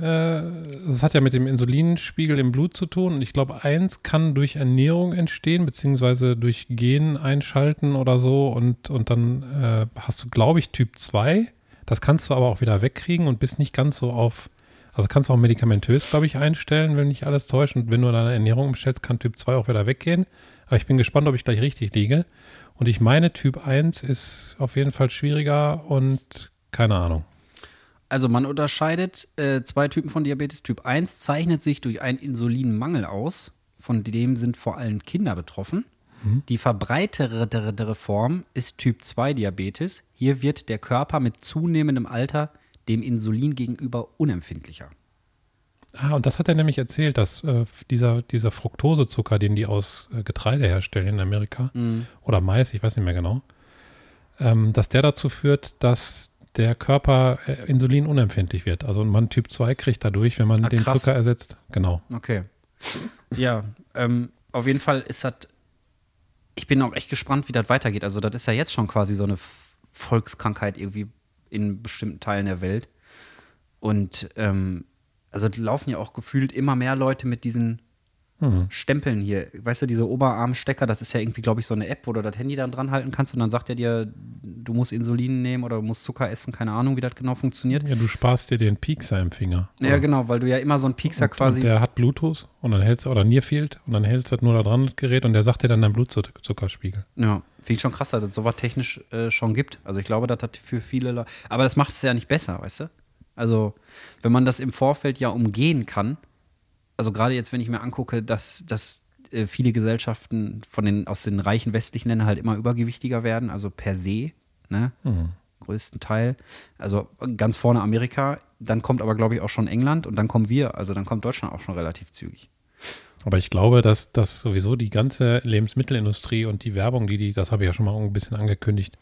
Speaker 2: äh, Das hat ja mit dem Insulinspiegel im Blut zu tun. Und ich glaube, eins kann durch Ernährung entstehen, beziehungsweise durch Gen einschalten oder so. Und, und dann äh, hast du, glaube ich, Typ 2. Das kannst du aber auch wieder wegkriegen und bist nicht ganz so auf. Also kannst du auch medikamentös, glaube ich, einstellen, wenn nicht alles täuscht. Und wenn du deine Ernährung umstellst, kann Typ 2 auch wieder weggehen. Aber ich bin gespannt, ob ich gleich richtig liege. Und ich meine, Typ 1 ist auf jeden Fall schwieriger und keine Ahnung.
Speaker 1: Also man unterscheidet äh, zwei Typen von Diabetes. Typ 1 zeichnet sich durch einen Insulinmangel aus. Von dem sind vor allem Kinder betroffen. Die verbreitetere Form ist Typ 2 Diabetes. Hier wird der Körper mit zunehmendem Alter dem Insulin gegenüber unempfindlicher.
Speaker 2: Ah, und das hat er nämlich erzählt, dass äh, dieser, dieser Fructosezucker, den die aus äh, Getreide herstellen in Amerika
Speaker 1: Mhm.
Speaker 2: oder Mais, ich weiß nicht mehr genau, ähm, dass der dazu führt, dass der Körper äh, insulinunempfindlich wird. Also man Typ 2 kriegt dadurch, wenn man
Speaker 1: Ah,
Speaker 2: den
Speaker 1: krass.
Speaker 2: Zucker ersetzt. Genau.
Speaker 1: Okay. Ja, ähm, auf jeden Fall ist das. Ich bin auch echt gespannt, wie das weitergeht. Also, das ist ja jetzt schon quasi so eine F- Volkskrankheit irgendwie in bestimmten Teilen der Welt. Und ähm, also da laufen ja auch gefühlt immer mehr Leute mit diesen Mhm. Stempeln hier. Weißt du, diese Oberarmstecker, das ist ja irgendwie, glaube ich, so eine App, wo du das Handy dann dran halten kannst und dann sagt er dir, du musst Insulin nehmen oder du musst Zucker essen, keine Ahnung, wie das genau funktioniert.
Speaker 2: Ja, du sparst dir den Piekser im Finger.
Speaker 1: Ja, genau, weil du ja immer so einen Piekser quasi.
Speaker 2: Und der hat Bluetooth und dann hältst du, oder Nearfield und dann hältst du das nur da dran, das Gerät, und der sagt dir dann deinen Blutzuckerspiegel.
Speaker 1: Ja, finde ich schon krass, dass es sowas technisch äh, schon gibt. Also ich glaube, das hat für viele Leute. Aber das macht es ja nicht besser, weißt du? Also, wenn man das im Vorfeld ja umgehen kann, also gerade jetzt, wenn ich mir angucke, dass, dass äh, viele Gesellschaften von den, aus den reichen westlichen Ländern halt immer übergewichtiger werden, also per se, ne?
Speaker 2: Mhm.
Speaker 1: Größten Teil. Also ganz vorne Amerika, dann kommt aber, glaube ich, auch schon England und dann kommen wir, also dann kommt Deutschland auch schon relativ zügig.
Speaker 2: Aber ich glaube, dass das sowieso die ganze Lebensmittelindustrie und die Werbung, die die, das habe ich ja schon mal ein bisschen angekündigt,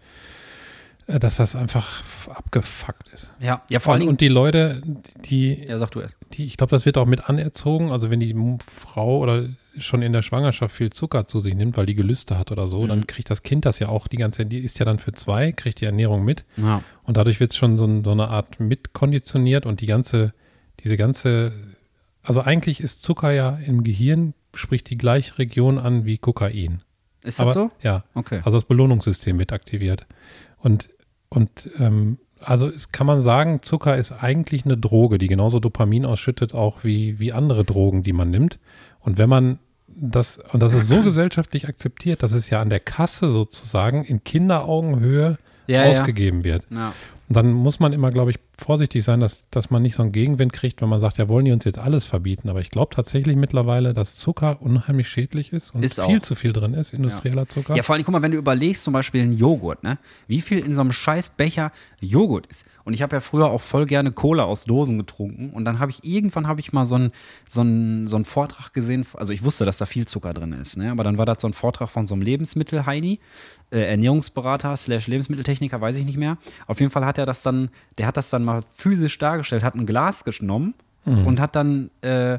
Speaker 2: äh, dass das einfach f- abgefuckt ist.
Speaker 1: Ja, ja, vor allen Dingen.
Speaker 2: und die Leute, die,
Speaker 1: Ja, sag du erst.
Speaker 2: die ich glaube, das wird auch mit anerzogen. Also wenn die M- Frau oder schon in der Schwangerschaft viel Zucker zu sich nimmt, weil die Gelüste hat oder so,
Speaker 1: Mhm.
Speaker 2: dann kriegt das Kind das ja auch die ganze, die ist ja dann für zwei, kriegt die Ernährung mit.
Speaker 1: Ja.
Speaker 2: Und dadurch wird es schon so, ein, so eine Art mitkonditioniert und die ganze, diese ganze, also eigentlich ist Zucker ja im Gehirn, spricht die gleiche Region an wie Kokain.
Speaker 1: Ist das so?
Speaker 2: Ja.
Speaker 1: Okay.
Speaker 2: Also das Belohnungssystem wird aktiviert. Und, und ähm, also es kann man sagen, Zucker ist eigentlich eine Droge, die genauso Dopamin ausschüttet, auch wie, wie andere Drogen, die man nimmt. Und wenn man das, und das ist so gesellschaftlich akzeptiert, dass es ja an der Kasse sozusagen in Kinderaugenhöhe
Speaker 1: Ja, ja.
Speaker 2: ausgegeben wird.
Speaker 1: Ja.
Speaker 2: Und dann muss man immer, glaube ich, vorsichtig sein, dass, dass man nicht so einen Gegenwind kriegt, wenn man sagt, ja, wollen die uns jetzt alles verbieten. Aber ich glaube tatsächlich mittlerweile, dass Zucker unheimlich schädlich ist und
Speaker 1: Ist
Speaker 2: viel
Speaker 1: auch.
Speaker 2: zu viel drin ist, industrieller Zucker.
Speaker 1: Ja, vor allem, guck mal, wenn du überlegst, zum Beispiel einen Joghurt, ne? Wie viel in so einem scheiß Becher Joghurt ist. Und ich habe ja früher auch voll gerne Cola aus Dosen getrunken. Und dann habe ich, irgendwann habe ich mal so einen so einen- so einen Vortrag gesehen. Also ich wusste, dass da viel Zucker drin ist, ne? Aber dann war das so ein Vortrag von so einem Lebensmittel-Heini, äh, Ernährungsberater slash Lebensmitteltechniker, weiß ich nicht mehr. Auf jeden Fall hat er das dann, der hat das dann mal physisch dargestellt, hat ein Glas genommen und hat dann, äh,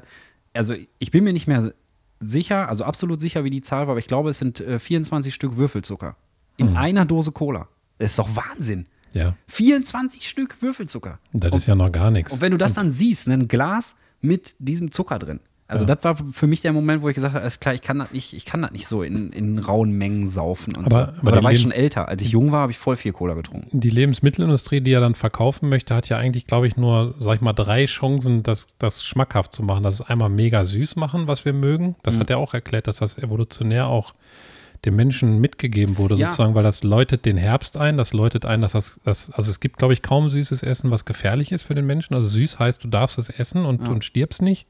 Speaker 1: also ich bin mir nicht mehr sicher, also absolut sicher, wie die Zahl war, aber ich glaube, es sind äh, 24 Stück Würfelzucker in
Speaker 2: Mhm.
Speaker 1: einer Dose Cola. Das ist doch Wahnsinn.
Speaker 2: ja.
Speaker 1: 24 Stück Würfelzucker.
Speaker 2: Das
Speaker 1: und,
Speaker 2: ist ja noch gar nichts.
Speaker 1: Oh. und wenn du das dann siehst, ne, ein Glas mit diesem Zucker drin. Also das war für mich der Moment, wo ich gesagt habe, alles klar, ich kann das nicht, ich kann das nicht so in, in rauen Mengen saufen und
Speaker 2: Aber-
Speaker 1: so.
Speaker 2: aber
Speaker 1: Aber da
Speaker 2: die
Speaker 1: war ich
Speaker 2: Leben-
Speaker 1: schon älter. Als ich jung war, habe ich voll viel Cola getrunken.
Speaker 2: Die Lebensmittelindustrie, die er dann verkaufen möchte, hat ja eigentlich, glaube ich, nur, sag ich mal, drei Chancen, das, das schmackhaft zu machen. Das ist einmal mega süß machen, was wir mögen. Das hat er auch erklärt, dass das evolutionär auch dem Menschen mitgegeben wurde,
Speaker 1: Ja.
Speaker 2: sozusagen, weil das läutet den Herbst ein, das läutet ein, dass das, das, also es gibt, glaube ich, kaum süßes Essen, was gefährlich ist für den Menschen. Also süß heißt, du darfst es essen und, und stirbst nicht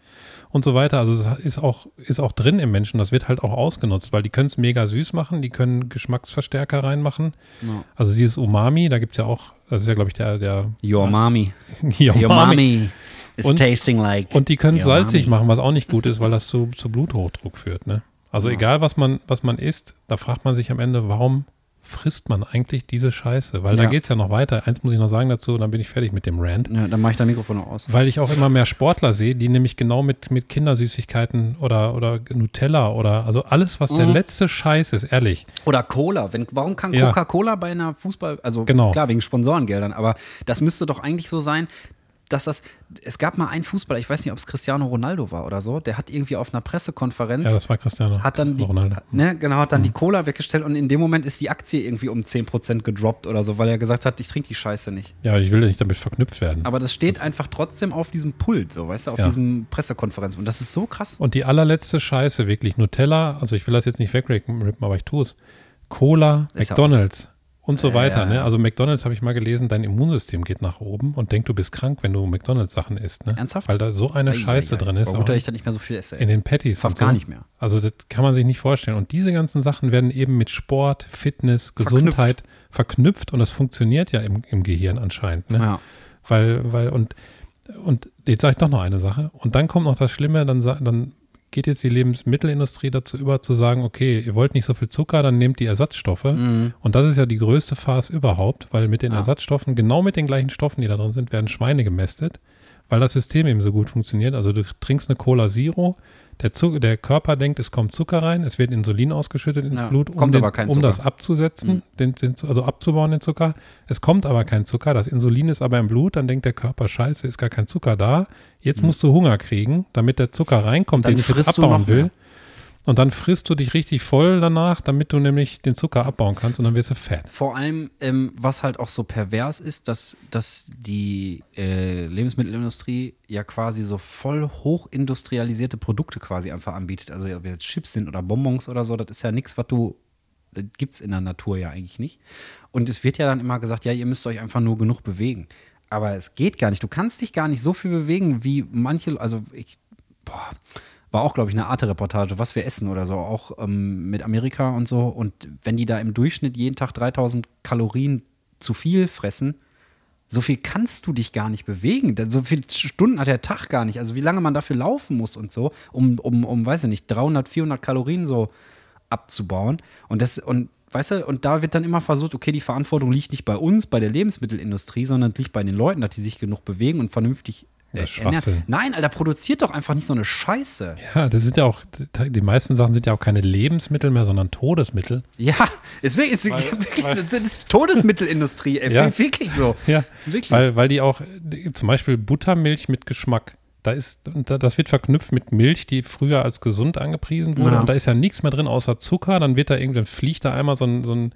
Speaker 2: und so weiter. Also es ist auch, ist auch drin im Menschen, das wird halt auch ausgenutzt, weil die können es mega süß machen, die können Geschmacksverstärker reinmachen. Also dieses Umami, da gibt es ja auch, das ist ja, glaube ich, der, der
Speaker 1: Your mommy. Your
Speaker 2: Umami.
Speaker 1: mommy is
Speaker 2: Und-
Speaker 1: tasting like.
Speaker 2: Und die können
Speaker 1: Your
Speaker 2: salzig
Speaker 1: mommy.
Speaker 2: machen, was auch nicht gut ist, weil das zu, zu Bluthochdruck führt. Ne? Also egal, was man, was man isst, da fragt man sich am Ende, warum frisst man eigentlich diese Scheiße? Weil da
Speaker 1: Ja.
Speaker 2: geht es ja noch weiter. Eins muss ich noch sagen dazu, und dann bin ich fertig mit dem Rant.
Speaker 1: Ja, dann mache ich dein Mikrofon noch aus.
Speaker 2: Weil ich auch immer mehr Sportler sehe, die nämlich genau mit, mit Kindersüßigkeiten oder, oder Nutella oder also alles, was
Speaker 1: Mhm.
Speaker 2: der letzte Scheiß ist, ehrlich.
Speaker 1: Oder Cola. Wenn, warum kann
Speaker 2: Ja.
Speaker 1: Coca-Cola bei einer Fußball, also
Speaker 2: Genau.
Speaker 1: klar, wegen Sponsorengeldern, aber das müsste doch eigentlich so sein, dass das, es gab mal einen Fußballer, ich weiß nicht, ob es Cristiano Ronaldo war oder so, der hat irgendwie auf einer Pressekonferenz,
Speaker 2: Ja, das war Cristiano.
Speaker 1: hat dann, die,
Speaker 2: Cristiano Ronaldo. Mhm.
Speaker 1: ne, genau, hat dann die Cola weggestellt und in dem Moment ist die Aktie irgendwie um 10% gedroppt oder so, weil er gesagt hat, ich trinke die Scheiße nicht.
Speaker 2: Ja, ich will ja nicht damit verknüpft werden.
Speaker 1: Aber das steht einfach trotzdem auf diesem Pult, so, weißt du, auf
Speaker 2: Ja.
Speaker 1: diesem Pressekonferenz. Und das ist so krass.
Speaker 2: Und die allerletzte Scheiße, wirklich Nutella, also ich will das jetzt nicht wegrippen, aber ich tue es. Cola,
Speaker 1: Ist ja auch-
Speaker 2: McDonalds und so weiter.
Speaker 1: ja.
Speaker 2: Ne? Also McDonalds habe ich mal gelesen, dein Immunsystem geht nach oben und denkt, du bist krank, wenn du McDonalds Sachen isst. Ne?
Speaker 1: Ernsthaft?
Speaker 2: Weil da so eine Scheiße
Speaker 1: Eieiei.
Speaker 2: drin ist.
Speaker 1: Aber
Speaker 2: auch
Speaker 1: gut, dass ich da nicht mehr so viel esse. ey.
Speaker 2: in den Patties.
Speaker 1: Fast
Speaker 2: und so.
Speaker 1: gar nicht mehr.
Speaker 2: Also das kann man sich nicht vorstellen. Und diese ganzen Sachen werden eben mit Sport, Fitness, Gesundheit verknüpft, und das funktioniert ja im, im Gehirn anscheinend. Ne?
Speaker 1: Ja.
Speaker 2: Weil, weil, und, und jetzt sage ich doch noch eine Sache. Und dann kommt noch das Schlimme, dann, sa- dann geht jetzt die Lebensmittelindustrie dazu über, zu sagen, okay, ihr wollt nicht so viel Zucker, dann nehmt die Ersatzstoffe.
Speaker 1: Mhm.
Speaker 2: Und das ist ja die größte Farce überhaupt, weil mit den Ersatzstoffen, genau mit den gleichen Stoffen, die da drin sind, werden Schweine gemästet, weil das System eben so gut funktioniert. Also du trinkst eine Cola Zero, der, Zu der Körper denkt, es kommt Zucker rein, es wird Insulin ausgeschüttet ins
Speaker 1: Ja,
Speaker 2: Blut, um,
Speaker 1: kommt
Speaker 2: den,
Speaker 1: aber kein
Speaker 2: um
Speaker 1: Zucker.
Speaker 2: das
Speaker 1: Mhm.
Speaker 2: abzusetzen, den, den, also abzubauen den Zucker. Es kommt aber kein Zucker, das Insulin ist aber im Blut, dann denkt der Körper, scheiße, ist gar kein Zucker da. Jetzt musst du Hunger kriegen, damit der Zucker reinkommt,
Speaker 1: Mhm. Dann
Speaker 2: den ich jetzt
Speaker 1: frisst du noch
Speaker 2: abbauen will.
Speaker 1: mehr.
Speaker 2: Und dann frisst du dich richtig voll danach, damit du nämlich den Zucker abbauen kannst und dann wirst du fett.
Speaker 1: Vor allem, ähm, was halt auch so pervers ist, dass, dass die äh, Lebensmittelindustrie ja quasi so voll hochindustrialisierte Produkte quasi einfach anbietet. Also ob jetzt Chips sind oder Bonbons oder so, das ist ja nichts, was du, das gibt es in der Natur ja eigentlich nicht. Und es wird ja dann immer gesagt, ja, ihr müsst euch einfach nur genug bewegen. Aber es geht gar nicht. Du kannst dich gar nicht so viel bewegen, wie manche, also ich, boah, War auch, glaube ich, eine Arte-Reportage, was wir essen oder so, auch ähm, mit Amerika und so. Und wenn die da im Durchschnitt jeden Tag 3000 Kalorien zu viel fressen, so viel kannst du dich gar nicht bewegen. Denn so viele Stunden hat der Tag gar nicht. Also wie lange man dafür laufen muss und so, um, um, um weiß ich nicht, 300, 400 Kalorien so abzubauen. Und das, und weißt du, und da wird dann immer versucht, okay, die Verantwortung liegt nicht bei uns, bei der Lebensmittelindustrie, sondern liegt bei den Leuten, dass die sich genug bewegen und vernünftig
Speaker 2: Ja,
Speaker 1: äh,
Speaker 2: Schwachsinn.
Speaker 1: ernähren. Nein, Alter, produziert doch einfach nicht so eine Scheiße.
Speaker 2: Ja, das sind ja auch, die meisten Sachen sind ja auch keine Lebensmittel mehr, sondern Todesmittel.
Speaker 1: Ja, ist wirklich, ist, wirklich das ist Todesmittelindustrie, ey,
Speaker 2: Ja.
Speaker 1: wirklich so.
Speaker 2: Ja,
Speaker 1: Wirklich.
Speaker 2: Weil, weil die auch, die- zum Beispiel Buttermilch mit Geschmack, da ist, und da- das wird verknüpft mit Milch, die früher als gesund angepriesen wurde
Speaker 1: Ja.
Speaker 2: und da ist ja nichts mehr drin außer Zucker, dann wird da irgendwann fliegt da einmal so ein, so ein,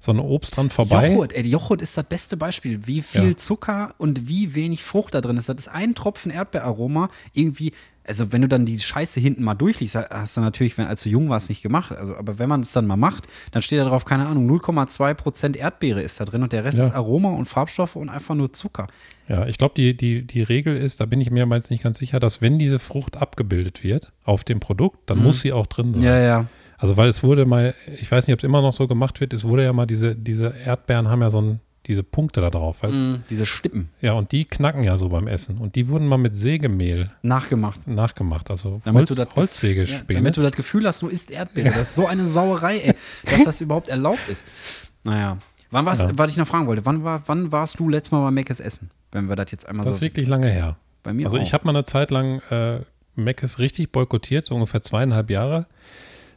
Speaker 2: so ein Obst dran vorbei.
Speaker 1: Joghurt, ey, Joghurt ist das beste Beispiel. Wie viel
Speaker 2: Ja.
Speaker 1: Zucker und wie wenig Frucht da drin ist. Das ist ein Tropfen Erdbeeraroma. Irgendwie, also wenn du dann die Scheiße hinten mal durchliest, hast du natürlich, wenn, als du jung warst, nicht gemacht. Also, aber wenn man es dann mal macht, dann steht da drauf, keine Ahnung, 0,2% Erdbeere ist da drin und der Rest
Speaker 2: Ja.
Speaker 1: ist Aroma und Farbstoffe und einfach nur Zucker.
Speaker 2: Ja, ich glaube, die, die, die Regel ist, da bin ich mir jetzt nicht ganz sicher, dass wenn diese Frucht abgebildet wird auf dem Produkt, dann muss sie auch drin sein.
Speaker 1: Mhm. Ja, ja.
Speaker 2: Also weil es wurde mal, ich weiß nicht, ob es immer noch so gemacht wird, es wurde ja mal diese, diese Erdbeeren haben ja so ein, diese Punkte da drauf, weißt du?
Speaker 1: Mhm. Diese Stippen
Speaker 2: Ja, und die knacken ja so beim Essen. Und die wurden mal mit Sägemehl
Speaker 1: nachgemacht.
Speaker 2: nachgemacht, also
Speaker 1: Damit
Speaker 2: Holz,
Speaker 1: du das- Ja,
Speaker 2: Holzsägespäne.
Speaker 1: damit du das Gefühl hast, du isst Erdbeere. Das ist so eine Sauerei, ey, dass das überhaupt erlaubt ist. Naja. Wann warst,
Speaker 2: Ja.
Speaker 1: was ich noch fragen wollte, wann, war, wann warst du letztes Mal bei Meckes Essen? Wenn wir das jetzt einmal
Speaker 2: das ist
Speaker 1: so
Speaker 2: wirklich lange her.
Speaker 1: bei mir
Speaker 2: Also ich
Speaker 1: auch.
Speaker 2: habe mal eine Zeit lang äh, Meckes richtig boykottiert, so ungefähr zweieinhalb Jahre.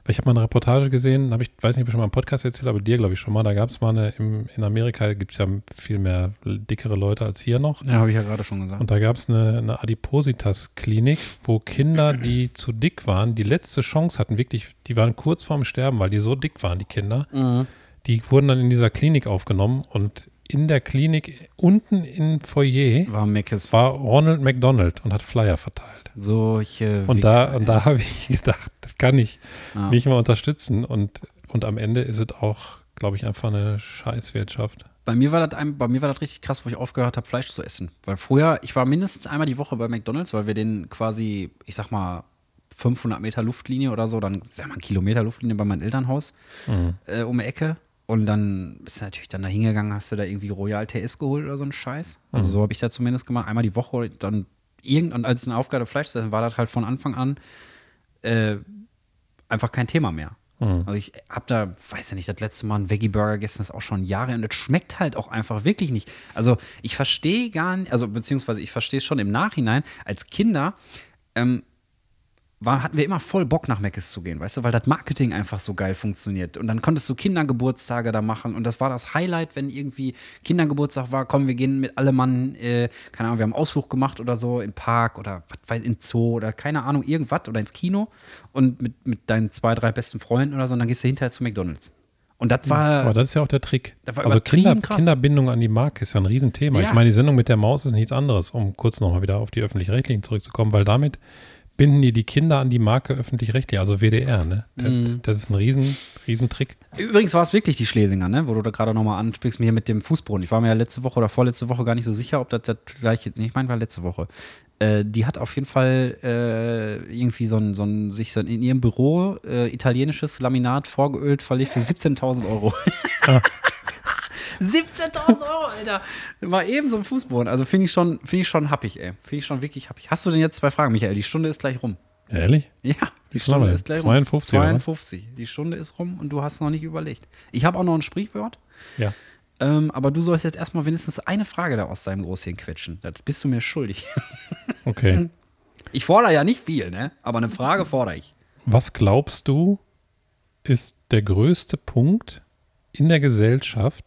Speaker 2: Weil ich habe mal eine Reportage gesehen, habe ich, weiß nicht, ob ich schon mal im Podcast erzählt habe, dir glaube ich schon mal, da gab es mal eine, im, in Amerika gibt es ja viel mehr dickere Leute als hier noch.
Speaker 1: Ja, habe ich ja gerade schon gesagt.
Speaker 2: Und da gab es eine, eine Adipositas-Klinik, wo Kinder, die zu dick waren, die letzte Chance hatten, wirklich, die waren kurz vorm Sterben, weil die so dick waren, die Kinder. Die wurden dann in dieser Klinik aufgenommen und in der Klinik unten im Foyer
Speaker 1: war Meckes
Speaker 2: war Ronald McDonald und hat Flyer verteilt.
Speaker 1: solche
Speaker 2: Und
Speaker 1: Wichser,
Speaker 2: da, und
Speaker 1: ey.
Speaker 2: da habe ich gedacht, das kann ich
Speaker 1: Ja.
Speaker 2: nicht mal unterstützen. Und, und am Ende ist es auch, glaube ich, einfach eine Scheißwirtschaft.
Speaker 1: Bei mir war das ein, bei mir war das richtig krass, wo ich aufgehört habe, Fleisch zu essen. Weil früher, ich war mindestens einmal die Woche bei McDonalds, weil wir den quasi, ich sag mal, 500 Meter Luftlinie oder so, dann sag mal Kilometer Luftlinie bei meinem Elternhaus äh, um die Ecke. Und dann bist du natürlich dann da hingegangen, hast du da irgendwie Royal TS geholt oder so einen Scheiß. Also so habe ich das zumindest gemacht. Einmal die Woche und dann irgend und als eine Aufgabe Fleisch zu essen, war das halt von Anfang an äh, einfach kein Thema mehr. Also ich habe da, weiß ja nicht, das letzte Mal einen Veggie Burger gegessen, das ist auch schon Jahre her und das schmeckt halt auch einfach wirklich nicht. Also ich verstehe gar nicht, also beziehungsweise ich verstehe es schon im Nachhinein, als Kinder ähm, war, hatten wir immer voll Bock nach Meckes zu gehen, weißt du, weil das Marketing einfach so geil funktioniert. Und dann konntest du Kindergeburtstage da machen und das war das Highlight, wenn irgendwie Kindergeburtstag war, komm, wir gehen mit allem Mann, äh, keine Ahnung, wir haben Ausflug gemacht oder so, im Park oder was weiß, in Zoo oder keine Ahnung, irgendwas oder ins Kino und mit, mit deinen zwei, drei besten Freunden oder so und dann gehst du hinterher zu McDonalds. Und das war,
Speaker 2: Aber das ist ja auch der Trick.
Speaker 1: Das Ah. war
Speaker 2: Also
Speaker 1: übertrieben
Speaker 2: Kinder,
Speaker 1: krass.
Speaker 2: Kinderbindung an die Marke ist ja ein Riesenthema.
Speaker 1: Ja.
Speaker 2: Ich meine, die Sendung mit der Maus ist nichts anderes, um kurz nochmal wieder auf die Öffentlich-Rechtlichen zurückzukommen, weil damit binden die die Kinder an die Marke Öffentlich-Rechtlich, also WDR. Ne? Der,
Speaker 1: Mhm.
Speaker 2: Das ist ein Riesen, Riesentrick.
Speaker 1: Übrigens war es wirklich die Schlesinger, ne? wo du da gerade nochmal ansprichst, mir mit dem Fußboden. Ich war mir ja letzte Woche oder vorletzte Woche gar nicht so sicher, ob das das gleiche, nee, ich meine, war letzte Woche. Äh, die hat auf jeden Fall äh, irgendwie so ein, so ein, sich so ein, in ihrem Büro äh, italienisches Laminat vorgeölt, verlegt für 17.000 Euro. 17.000 Euro, Alter. War eben so ein Fußboden. Also finde ich schon, finde ich schon happig, ey. Finde ich schon wirklich happig. Hast du denn jetzt zwei Fragen, Michael? Die Stunde ist gleich rum.
Speaker 2: Ehrlich?
Speaker 1: Ja, die
Speaker 2: viel haben
Speaker 1: Stunde
Speaker 2: wir
Speaker 1: ist
Speaker 2: denn?
Speaker 1: gleich
Speaker 2: 52,
Speaker 1: rum.
Speaker 2: oder?
Speaker 1: 52. Die Stunde ist rum und du hast noch nicht überlegt. Ich habe auch noch ein Sprichwort,
Speaker 2: Ja.
Speaker 1: ähm, aber du sollst jetzt erstmal wenigstens eine Frage da aus deinem Großhirn quetschen. Das bist du mir schuldig. Ähm,
Speaker 2: Okay.
Speaker 1: Ich fordere ja nicht viel, ne? Aber eine Frage fordere ich.
Speaker 2: Was glaubst du, ist der größte Punkt in der Gesellschaft,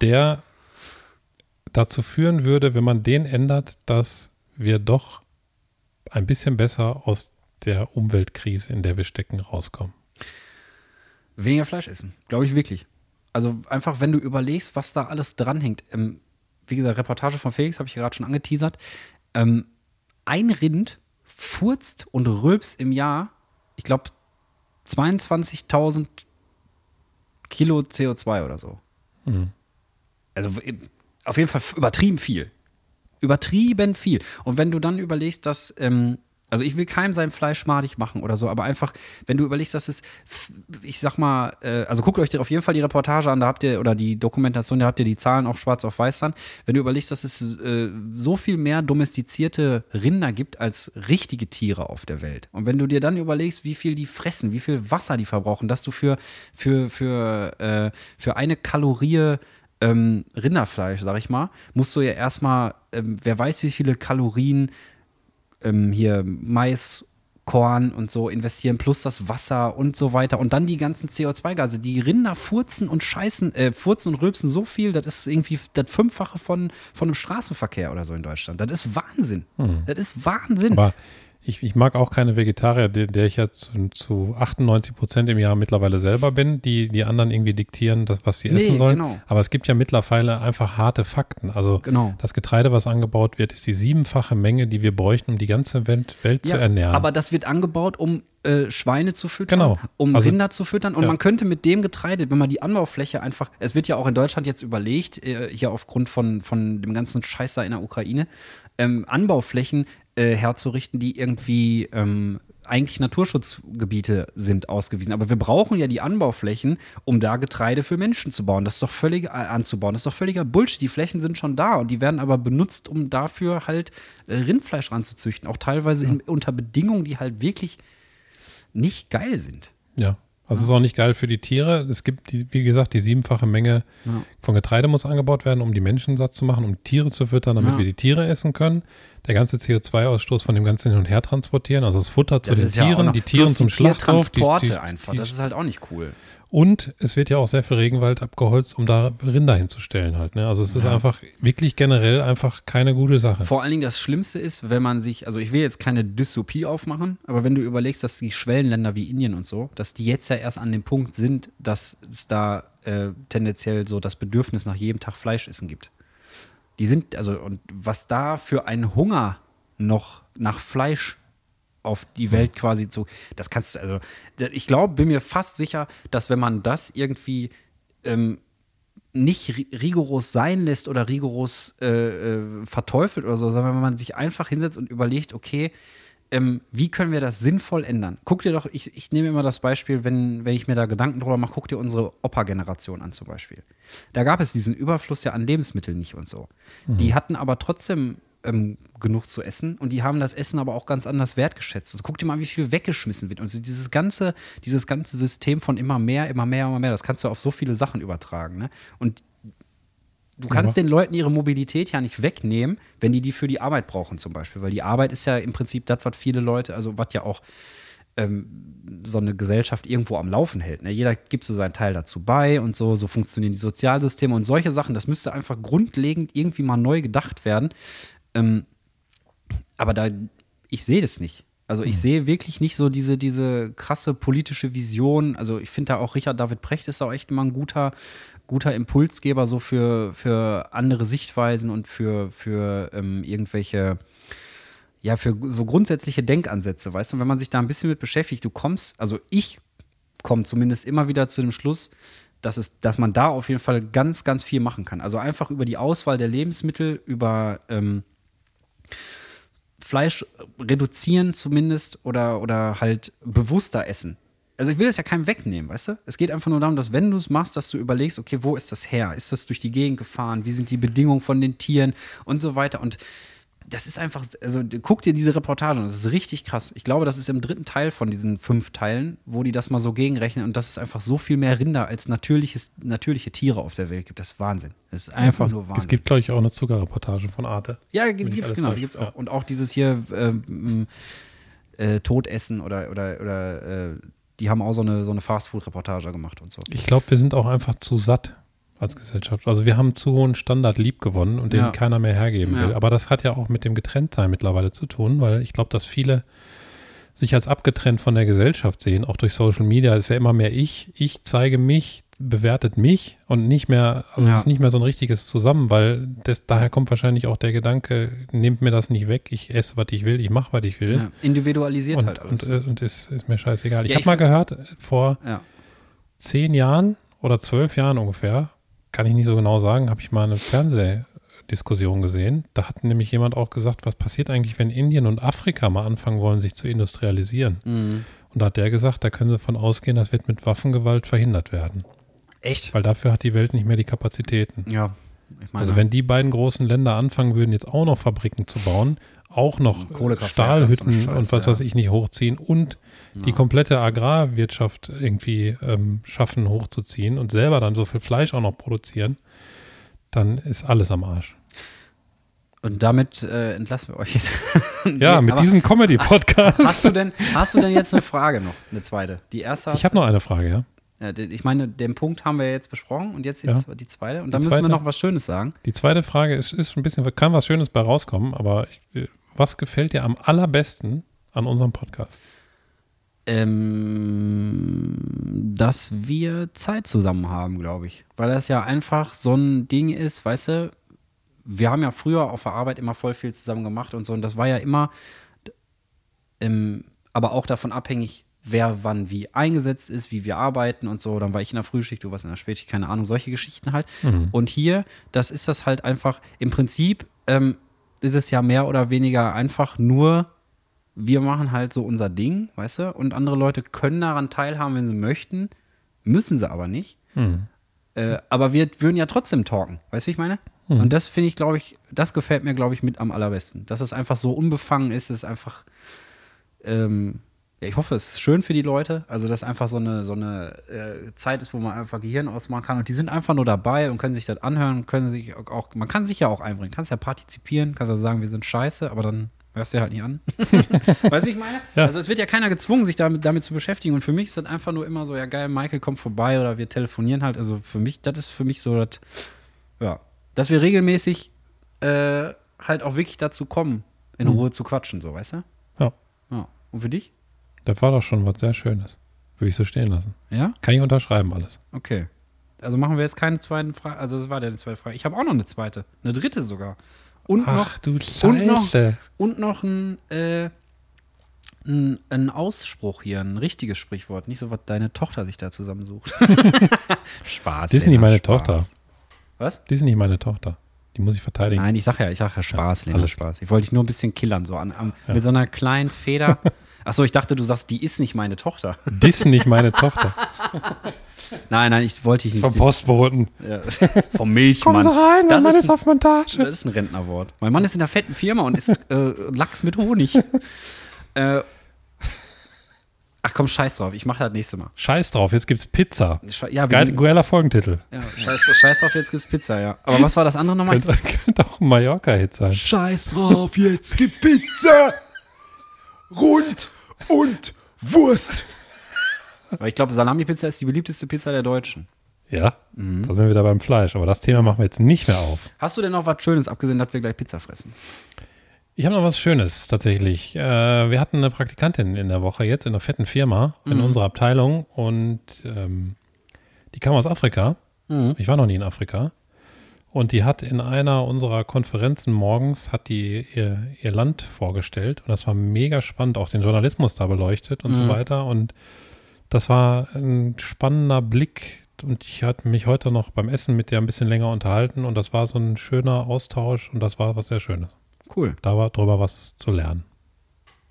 Speaker 2: der dazu führen würde, wenn man den ändert, dass wir doch ein bisschen besser aus der Umweltkrise, in der wir stecken, rauskommen?
Speaker 1: Weniger Fleisch essen, glaube ich wirklich. Also einfach, wenn du überlegst, was da alles dranhängt. Ähm, wie gesagt, Reportage von Felix habe ich gerade schon angeteasert. Ähm, ein Rind furzt und rülpst im Jahr, ich glaube, 22.000 Kilo CO2 oder so. Also w- auf jeden Fall f- übertrieben viel. Übertrieben viel. Und wenn du dann überlegst, dass ähm, Also ich will keinem sein Fleisch madig machen oder so, aber einfach, wenn du überlegst, dass es, ich sag mal, äh, also guckt euch auf jeden Fall die Reportage an, da habt ihr, oder die Dokumentation, da habt ihr die Zahlen auch schwarz auf weiß dann. Wenn du überlegst, dass es äh, so viel mehr domestizierte Rinder gibt als richtige Tiere auf der Welt. Und wenn du dir dann überlegst, wie viel die fressen, wie viel Wasser die verbrauchen, dass du für, für, für, äh, für eine Kalorie ähm, Rinderfleisch, sag ich mal, musst du ja erstmal, ähm, wer weiß, wie viele Kalorien ähm, hier Mais, Korn und so investieren, plus das Wasser und so weiter. Und dann die ganzen CO2-Gase. Die Rinder furzen und scheißen, äh, furzen und rülpsen so viel, das ist irgendwie das Fünffache von, von einem Straßenverkehr oder so in Deutschland. Das ist Wahnsinn.
Speaker 2: Hm.
Speaker 1: Das ist Wahnsinn.
Speaker 2: Aber ich, ich mag auch keine Vegetarier, der, der ich ja zu, zu 98 Prozent im Jahr mittlerweile selber bin, die die anderen irgendwie diktieren, das, was sie
Speaker 1: Nee,
Speaker 2: essen sollen.
Speaker 1: genau.
Speaker 2: Aber es gibt ja mittlerweile einfach harte Fakten. Also
Speaker 1: Genau.
Speaker 2: das Getreide, was angebaut wird, ist die siebenfache Menge, die wir bräuchten, um die ganze Welt, Welt zu ernähren.
Speaker 1: Aber das wird angebaut, um äh, Schweine zu füttern,
Speaker 2: Genau.
Speaker 1: um
Speaker 2: Also-
Speaker 1: Rinder zu füttern. Und
Speaker 2: Ja.
Speaker 1: man könnte mit dem Getreide, wenn man die Anbaufläche einfach, es wird ja auch in Deutschland jetzt überlegt, äh, hier aufgrund von, von dem ganzen Scheiß da in der Ukraine, ähm, Anbauflächen äh, herzurichten, die irgendwie ähm, eigentlich Naturschutzgebiete sind ausgewiesen. Aber wir brauchen ja die Anbauflächen, um da Getreide für Menschen zu bauen. Das ist doch völlig äh, anzubauen. Das ist doch völliger Bullshit. Die Flächen sind schon da und die werden aber benutzt, um dafür halt äh, Rindfleisch ranzuzüchten. Auch teilweise in, unter Bedingungen, die halt wirklich nicht geil sind.
Speaker 2: Ja. Also es ist auch nicht geil für die Tiere. Es gibt, die, wie gesagt, die siebenfache Menge von Getreide muss angebaut werden, um die Menschen satt zu machen, um Tiere zu füttern, damit
Speaker 1: Ja.
Speaker 2: wir die Tiere essen können. Der ganze CO2-Ausstoß von dem ganzen Hin- und Her transportieren, also das Futter zu
Speaker 1: Das
Speaker 2: den
Speaker 1: ist ja auch
Speaker 2: Tieren,
Speaker 1: noch-
Speaker 2: die Tiere
Speaker 1: plus
Speaker 2: zum Schlachthof. Die,
Speaker 1: Tiertransporte
Speaker 2: die,
Speaker 1: einfach.
Speaker 2: die,
Speaker 1: das ist halt auch nicht cool.
Speaker 2: und es wird ja auch sehr viel Regenwald abgeholzt, um da Rinder hinzustellen halt. Ne? Also es ist einfach wirklich generell einfach keine gute Sache.
Speaker 1: Vor allen Dingen das Schlimmste ist, wenn man sich, also ich will jetzt keine Dystopie aufmachen, aber wenn du überlegst, dass die Schwellenländer wie Indien und so, dass die jetzt ja erst an dem Punkt sind, dass es da äh, tendenziell so das Bedürfnis nach jedem Tag Fleischessen gibt. Die sind, also, und was da für ein Hunger noch nach Fleisch auf die Welt quasi zu, das kannst du, also, ich glaube, bin mir fast sicher, dass wenn man das irgendwie nicht ri- rigoros sein lässt oder rigoros äh, äh, verteufelt oder so, sondern wenn man sich einfach hinsetzt und überlegt, okay, ähm, wie können wir das sinnvoll ändern? Guck dir doch, ich, ich nehme immer das Beispiel, wenn, wenn ich mir da Gedanken drüber mache, guck dir unsere Opa-Generation an zum Beispiel. Da gab es diesen Überfluss ja an Lebensmitteln nicht und so. Die hatten aber trotzdem ähm, genug zu essen und die haben das Essen aber auch ganz anders wertgeschätzt. Also guck dir mal an, wie viel weggeschmissen wird. Und so dieses ganze, dieses ganze System von immer mehr, immer mehr, immer mehr, das kannst du auf so viele Sachen übertragen. Ne? Und du kannst den Leuten ihre Mobilität ja nicht wegnehmen, wenn die die für die Arbeit brauchen zum Beispiel, weil die Arbeit ist ja im Prinzip das, was viele Leute, also was ja auch ähm, so eine Gesellschaft irgendwo am Laufen hält. Ne? Jeder gibt so seinen Teil dazu bei und so, so funktionieren die Sozialsysteme und solche Sachen. Das müsste einfach grundlegend irgendwie mal neu gedacht werden. Ähm, aber da, ich sehe das nicht. Also ich sehe wirklich nicht so diese, diese krasse politische Vision. Also ich finde da auch Richard David Precht ist auch echt mal ein guter, guter Impulsgeber so für, für andere Sichtweisen und für, für ähm, irgendwelche ja, für so grundsätzliche Denkansätze, weißt du, und wenn man sich da ein bisschen mit beschäftigt, du kommst, also ich komme zumindest immer wieder zu dem Schluss, dass, es, dass man da auf jeden Fall ganz, ganz viel machen kann. Also einfach über die Auswahl der Lebensmittel, über ähm, Fleisch reduzieren zumindest oder, oder halt bewusster essen. Also ich will es ja keinem wegnehmen, weißt du? Es geht einfach nur darum, dass wenn du es machst, dass du überlegst, okay, wo ist das her? Ist das durch die Gegend gefahren? Wie sind die Bedingungen von den Tieren und so weiter? Und das ist einfach, also guck dir diese Reportage an, das ist richtig krass. Ich glaube, das ist im dritten Teil von diesen fünf Teilen, wo die das mal so gegenrechnen und dass es einfach so viel mehr Rinder als natürliches, natürliche Tiere auf der Welt gibt. Das ist Wahnsinn. Das ist einfach
Speaker 2: es,
Speaker 1: nur Wahnsinn.
Speaker 2: es gibt, glaube ich, auch eine Zuckerreportage von Arte.
Speaker 1: Ja,
Speaker 2: Wenn
Speaker 1: gibt,
Speaker 2: ich
Speaker 1: gibt's,
Speaker 2: alles
Speaker 1: genau,
Speaker 2: falsch-
Speaker 1: die gibt's auch.
Speaker 2: ja.
Speaker 1: Und auch dieses hier ähm, äh, Todessen oder oder oder äh, die haben auch so eine so eine Fastfood-Reportage gemacht und so.
Speaker 2: Ich glaube, wir sind auch einfach zu satt als Gesellschaft. Also wir haben zu hohen Standard lieb gewonnen und den
Speaker 1: Ja.
Speaker 2: keiner mehr hergeben
Speaker 1: Ja.
Speaker 2: will. Aber das hat ja auch mit dem Getrenntsein mittlerweile zu tun, weil ich glaube, dass viele sich als abgetrennt von der Gesellschaft sehen, auch durch Social Media ist ja immer mehr ich, ich zeige mich, bewertet mich und nicht mehr, also
Speaker 1: Ja.
Speaker 2: es ist nicht mehr so ein richtiges Zusammen, weil das, daher kommt wahrscheinlich auch der Gedanke, nehmt mir das nicht weg, ich esse, was ich will, ich mache, was ich will
Speaker 1: Ja, individualisiert
Speaker 2: und,
Speaker 1: halt alles.
Speaker 2: und, äh, und ist, ist mir scheißegal. Ich
Speaker 1: Ja,
Speaker 2: habe
Speaker 1: ich
Speaker 2: mal
Speaker 1: find-
Speaker 2: gehört, äh, vor
Speaker 1: ja.
Speaker 2: zehn Jahren oder zwölf Jahren ungefähr, kann ich nicht so genau sagen, habe ich mal eine Fernseh, Diskussion gesehen. Da hat nämlich jemand auch gesagt, was passiert eigentlich, wenn Indien und Afrika mal anfangen wollen, sich zu industrialisieren. Und da hat der gesagt, da können sie von ausgehen, das wird mit Waffengewalt verhindert werden.
Speaker 1: Echt?
Speaker 2: Weil dafür hat die Welt nicht mehr die Kapazitäten.
Speaker 1: Ja. Ich meine,
Speaker 2: Also wenn die beiden großen Länder anfangen würden, jetzt auch noch Fabriken zu bauen, auch noch
Speaker 1: Kohlekraftwerke
Speaker 2: Stahlhütten
Speaker 1: und
Speaker 2: und,
Speaker 1: so ein Scheiß,
Speaker 2: was
Speaker 1: ja.
Speaker 2: weiß ich nicht hochziehen und die komplette Agrarwirtschaft irgendwie ähm, schaffen hochzuziehen und selber dann so viel Fleisch auch noch produzieren, dann ist alles am Arsch.
Speaker 1: und damit äh, entlassen wir euch jetzt.
Speaker 2: Ja,
Speaker 1: Nee,
Speaker 2: mit
Speaker 1: aber
Speaker 2: diesem
Speaker 1: Hast du,
Speaker 2: Comedy-Podcast.
Speaker 1: denn, hast du denn jetzt eine Frage noch? Eine zweite? Die erste hast
Speaker 2: Ich habe noch eine Frage, ja.
Speaker 1: Ja, de- ich meine, den Punkt haben wir jetzt besprochen und jetzt die,
Speaker 2: Ja.
Speaker 1: zwe- die zweite. Und dann
Speaker 2: Die
Speaker 1: müssen wir
Speaker 2: zweite.
Speaker 1: noch was Schönes sagen.
Speaker 2: Die zweite Frage ist, ist ein bisschen, kann was Schönes bei rauskommen, aber ich, was gefällt dir am allerbesten an unserem Podcast?
Speaker 1: Ähm, dass wir Zeit zusammen haben, glaube ich. Weil das ja einfach so ein Ding ist, weißt du, wir haben ja früher auf der Arbeit immer voll viel zusammen gemacht und so. Und das war ja immer, d- ähm, aber auch davon abhängig, wer wann wie eingesetzt ist, wie wir arbeiten und so. Dann war ich in der Frühschicht, du warst in der Spätschicht, keine Ahnung, solche Geschichten halt. Und hier, das ist das halt einfach, im Prinzip ähm, ist es ja mehr oder weniger einfach nur wir machen halt so unser Ding, weißt du, und andere Leute können daran teilhaben, wenn sie möchten, müssen sie aber nicht. Äh, aber wir würden ja trotzdem talken, weißt du, wie ich meine? Und das finde ich, glaube ich, das gefällt mir, glaube ich, mit am allerbesten. Dass es einfach so unbefangen ist, ist einfach, ähm, ja, ich hoffe, es ist schön für die Leute. Also, dass einfach so eine, so eine äh, Zeit ist, wo man einfach Gehirn ausmachen kann. Und die sind einfach nur dabei und können sich das anhören, können sich auch, man kann sich ja auch einbringen, kannst ja partizipieren, kannst ja sagen, wir sind scheiße, aber dann hörst du dir halt nicht an. Weißt du, wie ich meine?
Speaker 2: Ja.
Speaker 1: Also es wird ja keiner gezwungen, sich damit, damit zu beschäftigen. Und für mich ist das einfach nur immer so, ja geil, Michael kommt vorbei oder wir telefonieren halt. Also für mich, das ist für mich so, dass, ja, dass wir regelmäßig äh, halt auch wirklich dazu kommen, in Ruhe zu quatschen, so, weißt du?
Speaker 2: Ja,
Speaker 1: Ja. Und für dich?
Speaker 2: das war doch schon was sehr Schönes. Würde ich so stehen lassen.
Speaker 1: Ja?
Speaker 2: Kann ich unterschreiben alles.
Speaker 1: Okay. Also machen wir jetzt keine zweiten Frage. Also das war ja die zweite Frage. Ich habe auch noch eine zweite, eine dritte sogar. Und noch
Speaker 2: du
Speaker 1: und noch, und noch ein, äh, ein, ein Ausspruch hier, ein richtiges Sprichwort. Nicht so, was deine Tochter sich da zusammensucht. Spaß.
Speaker 2: Die ist nicht
Speaker 1: Lena,
Speaker 2: meine
Speaker 1: Spaß.
Speaker 2: Tochter.
Speaker 1: Was?
Speaker 2: Die ist nicht meine Tochter. Die muss ich verteidigen.
Speaker 1: Nein, ich sag ja, ich sag ja Spaß, Lena,
Speaker 2: alles
Speaker 1: Spaß. Ich wollte dich nur ein bisschen killern, so an, am, mit so einer kleinen Feder. Achso, ich dachte, du sagst, die ist nicht meine Tochter.
Speaker 2: Die ist nicht meine Tochter.
Speaker 1: Nein, nein, ich wollte dich nicht.
Speaker 2: Postboten.
Speaker 1: ja, vom Milchmann. das ist ein,
Speaker 2: auf Montage.
Speaker 1: Das ist ein Rentnerwort. Mein Mann ist in der fetten Firma und isst äh, Lachs mit Honig. äh, ach komm, scheiß drauf. Ich mache das nächste Mal.
Speaker 2: Scheiß drauf, jetzt gibt's Pizza.
Speaker 1: Sche- ja,
Speaker 2: Geil,
Speaker 1: wir-
Speaker 2: geiler Folgentitel.
Speaker 1: ja, scheiß, scheiß drauf, jetzt gibt's Pizza, ja. Aber was war das andere nochmal?
Speaker 2: Könnte, könnte auch ein Mallorca-Hit sein.
Speaker 3: Scheiß drauf, jetzt gibt's Pizza. Rund und Wurst.
Speaker 1: Weil ich glaube, Salami-Pizza ist die beliebteste Pizza der Deutschen.
Speaker 2: Ja, da sind wir wieder beim Fleisch. Aber das Thema machen wir jetzt nicht mehr auf.
Speaker 1: Hast du denn noch was Schönes, abgesehen, dass wir gleich Pizza fressen?
Speaker 2: Ich habe noch was Schönes tatsächlich. Äh, wir hatten eine Praktikantin in der Woche jetzt in einer fetten Firma in unserer Abteilung und ähm, die kam aus Afrika. Ich war noch nie in Afrika. Und die hat in einer unserer Konferenzen morgens hat die ihr, ihr Land vorgestellt und das war mega spannend, auch den Journalismus da beleuchtet und so weiter. Und das war ein spannender Blick und ich hatte mich heute noch beim Essen mit der ein bisschen länger unterhalten und das war so ein schöner Austausch und das war was sehr Schönes
Speaker 1: Cool.
Speaker 2: darüber was zu lernen.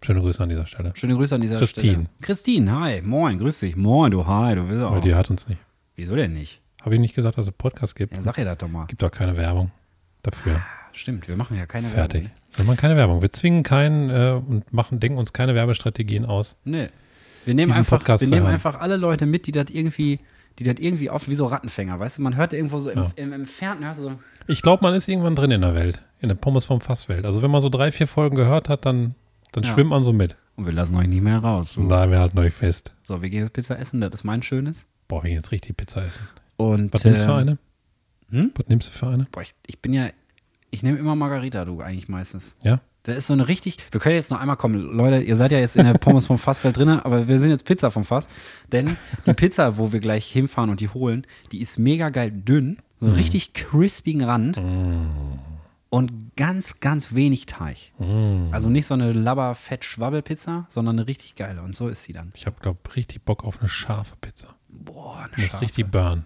Speaker 2: Schöne Grüße an dieser Stelle.
Speaker 1: Schöne Grüße an dieser
Speaker 2: Christine.
Speaker 1: Stelle. Christine, hi, moin, grüß dich. Moin, du, hi, du bist
Speaker 2: Weil
Speaker 1: auch.
Speaker 2: die hat uns nicht.
Speaker 1: Wieso denn nicht?
Speaker 2: Habe ich nicht gesagt, dass es Podcast gibt?
Speaker 1: Ja, sag ihr das doch mal. Ah,
Speaker 2: Gibt doch keine Werbung dafür.
Speaker 1: Stimmt, wir machen ja keine
Speaker 2: Fertig.
Speaker 1: Werbung.
Speaker 2: Wir machen keine Werbung. Wir zwingen keinen äh, und machen, denken uns keine Werbestrategien aus.
Speaker 1: Nee. Wir nehmen,
Speaker 2: Diesen
Speaker 1: einfach,
Speaker 2: Podcast
Speaker 1: wir
Speaker 2: zu
Speaker 1: nehmen
Speaker 2: hören.
Speaker 1: einfach alle Leute mit, die das irgendwie, die das irgendwie oft wie so Rattenfänger, weißt du, man hört irgendwo so im,
Speaker 2: Ja.
Speaker 1: im, im Entfernten, hörst du so,
Speaker 2: Ich glaube, man ist irgendwann drin in der Welt. In der Pommes vom Fasswelt. Also wenn man so drei, vier Folgen gehört hat, dann, dann
Speaker 1: Ja.
Speaker 2: schwimmt man so mit.
Speaker 1: und wir lassen euch nie mehr raus. So,
Speaker 2: Nein, wir halten euch fest.
Speaker 1: so wir gehen jetzt Pizza essen, das ist mein Schönes.
Speaker 2: Boah, wir gehen jetzt richtig Pizza essen.
Speaker 1: Und
Speaker 2: Was nimmst du
Speaker 1: äh,
Speaker 2: für eine?
Speaker 1: hm?
Speaker 2: Was nimmst du für eine?
Speaker 1: Boah, ich, ich bin ja, ich nehme immer Margarita, du eigentlich meistens.
Speaker 2: Ja?
Speaker 1: Das ist so eine richtig, wir können jetzt noch einmal kommen, Leute, ihr seid ja jetzt in der Pommes vom Fassfeld drin, aber wir sind jetzt Pizza vom Fass, denn die Pizza, wo wir gleich hinfahren und die holen, die ist mega geil dünn, so
Speaker 2: Mhm.
Speaker 1: einen richtig crispigen Rand und ganz, ganz wenig Teig.
Speaker 2: Mhm.
Speaker 1: Also nicht so eine Labber-Fett-Schwabbel-Pizza, sondern eine richtig geile und so ist sie dann.
Speaker 2: Ich habe, glaube richtig Bock auf eine scharfe Pizza.
Speaker 1: Boah, eine
Speaker 2: Das ist
Speaker 1: scharfe.
Speaker 2: richtig burn.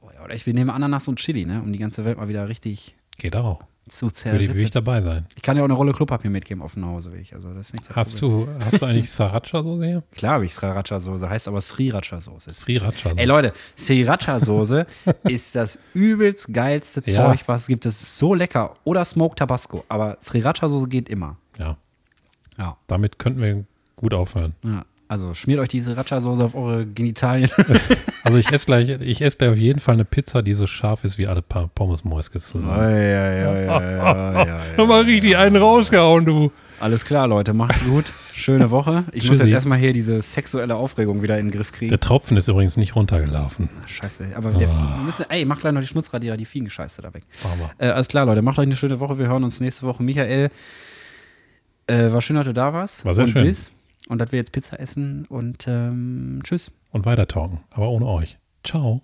Speaker 1: Boah, ja, Oder ich will nehmen Ananas und Chili, ne, um die ganze Welt mal wieder richtig
Speaker 2: Geht auch.
Speaker 1: Zu
Speaker 2: Würde ich, würde ich
Speaker 1: zerrippen.
Speaker 2: dabei sein.
Speaker 1: Ich kann ja auch eine Rolle Klopapier mitgeben auf dem Nachhauseweg. Also das ist nicht das
Speaker 2: Hast
Speaker 1: Problem.
Speaker 2: du, hast du eigentlich Sriracha-Soße hier?
Speaker 1: Klar habe ich Sriracha-Soße, heißt aber Sriracha-Soße.
Speaker 2: Sriracha.
Speaker 1: Ey Leute, Sriracha-Soße ist das übelst geilste
Speaker 2: Ja.
Speaker 1: Zeug, was es gibt. Das ist so lecker. Oder Smoked Tabasco. Aber Sriracha-Soße geht immer.
Speaker 2: Ja,
Speaker 1: Ja.
Speaker 2: damit könnten wir gut aufhören.
Speaker 1: ja. Also schmiert euch die Sriracha-Soße auf eure Genitalien.
Speaker 2: Also ich esse gleich, ich esse gleich auf jeden Fall eine Pizza, die so scharf ist wie alle pa Pommes Moiskes
Speaker 1: Oi,
Speaker 2: zusammen.
Speaker 1: oi, oi, oi, oi, oi.
Speaker 2: Hör mal richtig einen rausgehauen, du.
Speaker 1: Alles klar, Leute. Macht's gut. Schöne Woche. Ich muss
Speaker 2: Tschüssi.
Speaker 1: jetzt erstmal hier diese sexuelle Aufregung wieder in den Griff kriegen.
Speaker 2: Der Tropfen ist übrigens nicht runtergelaufen.
Speaker 1: Ah, Scheiße. Aber der
Speaker 2: Ah.
Speaker 1: müssen, ey, mach gleich noch die Schmutzradierer, die fliegen Scheiße da weg.
Speaker 2: Aber
Speaker 1: Äh, alles klar, Leute. Macht euch eine schöne Woche. Wir hören uns nächste Woche. Michael, äh, war schön, dass du da warst.
Speaker 2: War sehr
Speaker 1: und
Speaker 2: schön.
Speaker 1: Bis. Und dass wir jetzt Pizza essen. Und ähm, tschüss.
Speaker 2: und weiter talken, aber ohne euch. Ciao.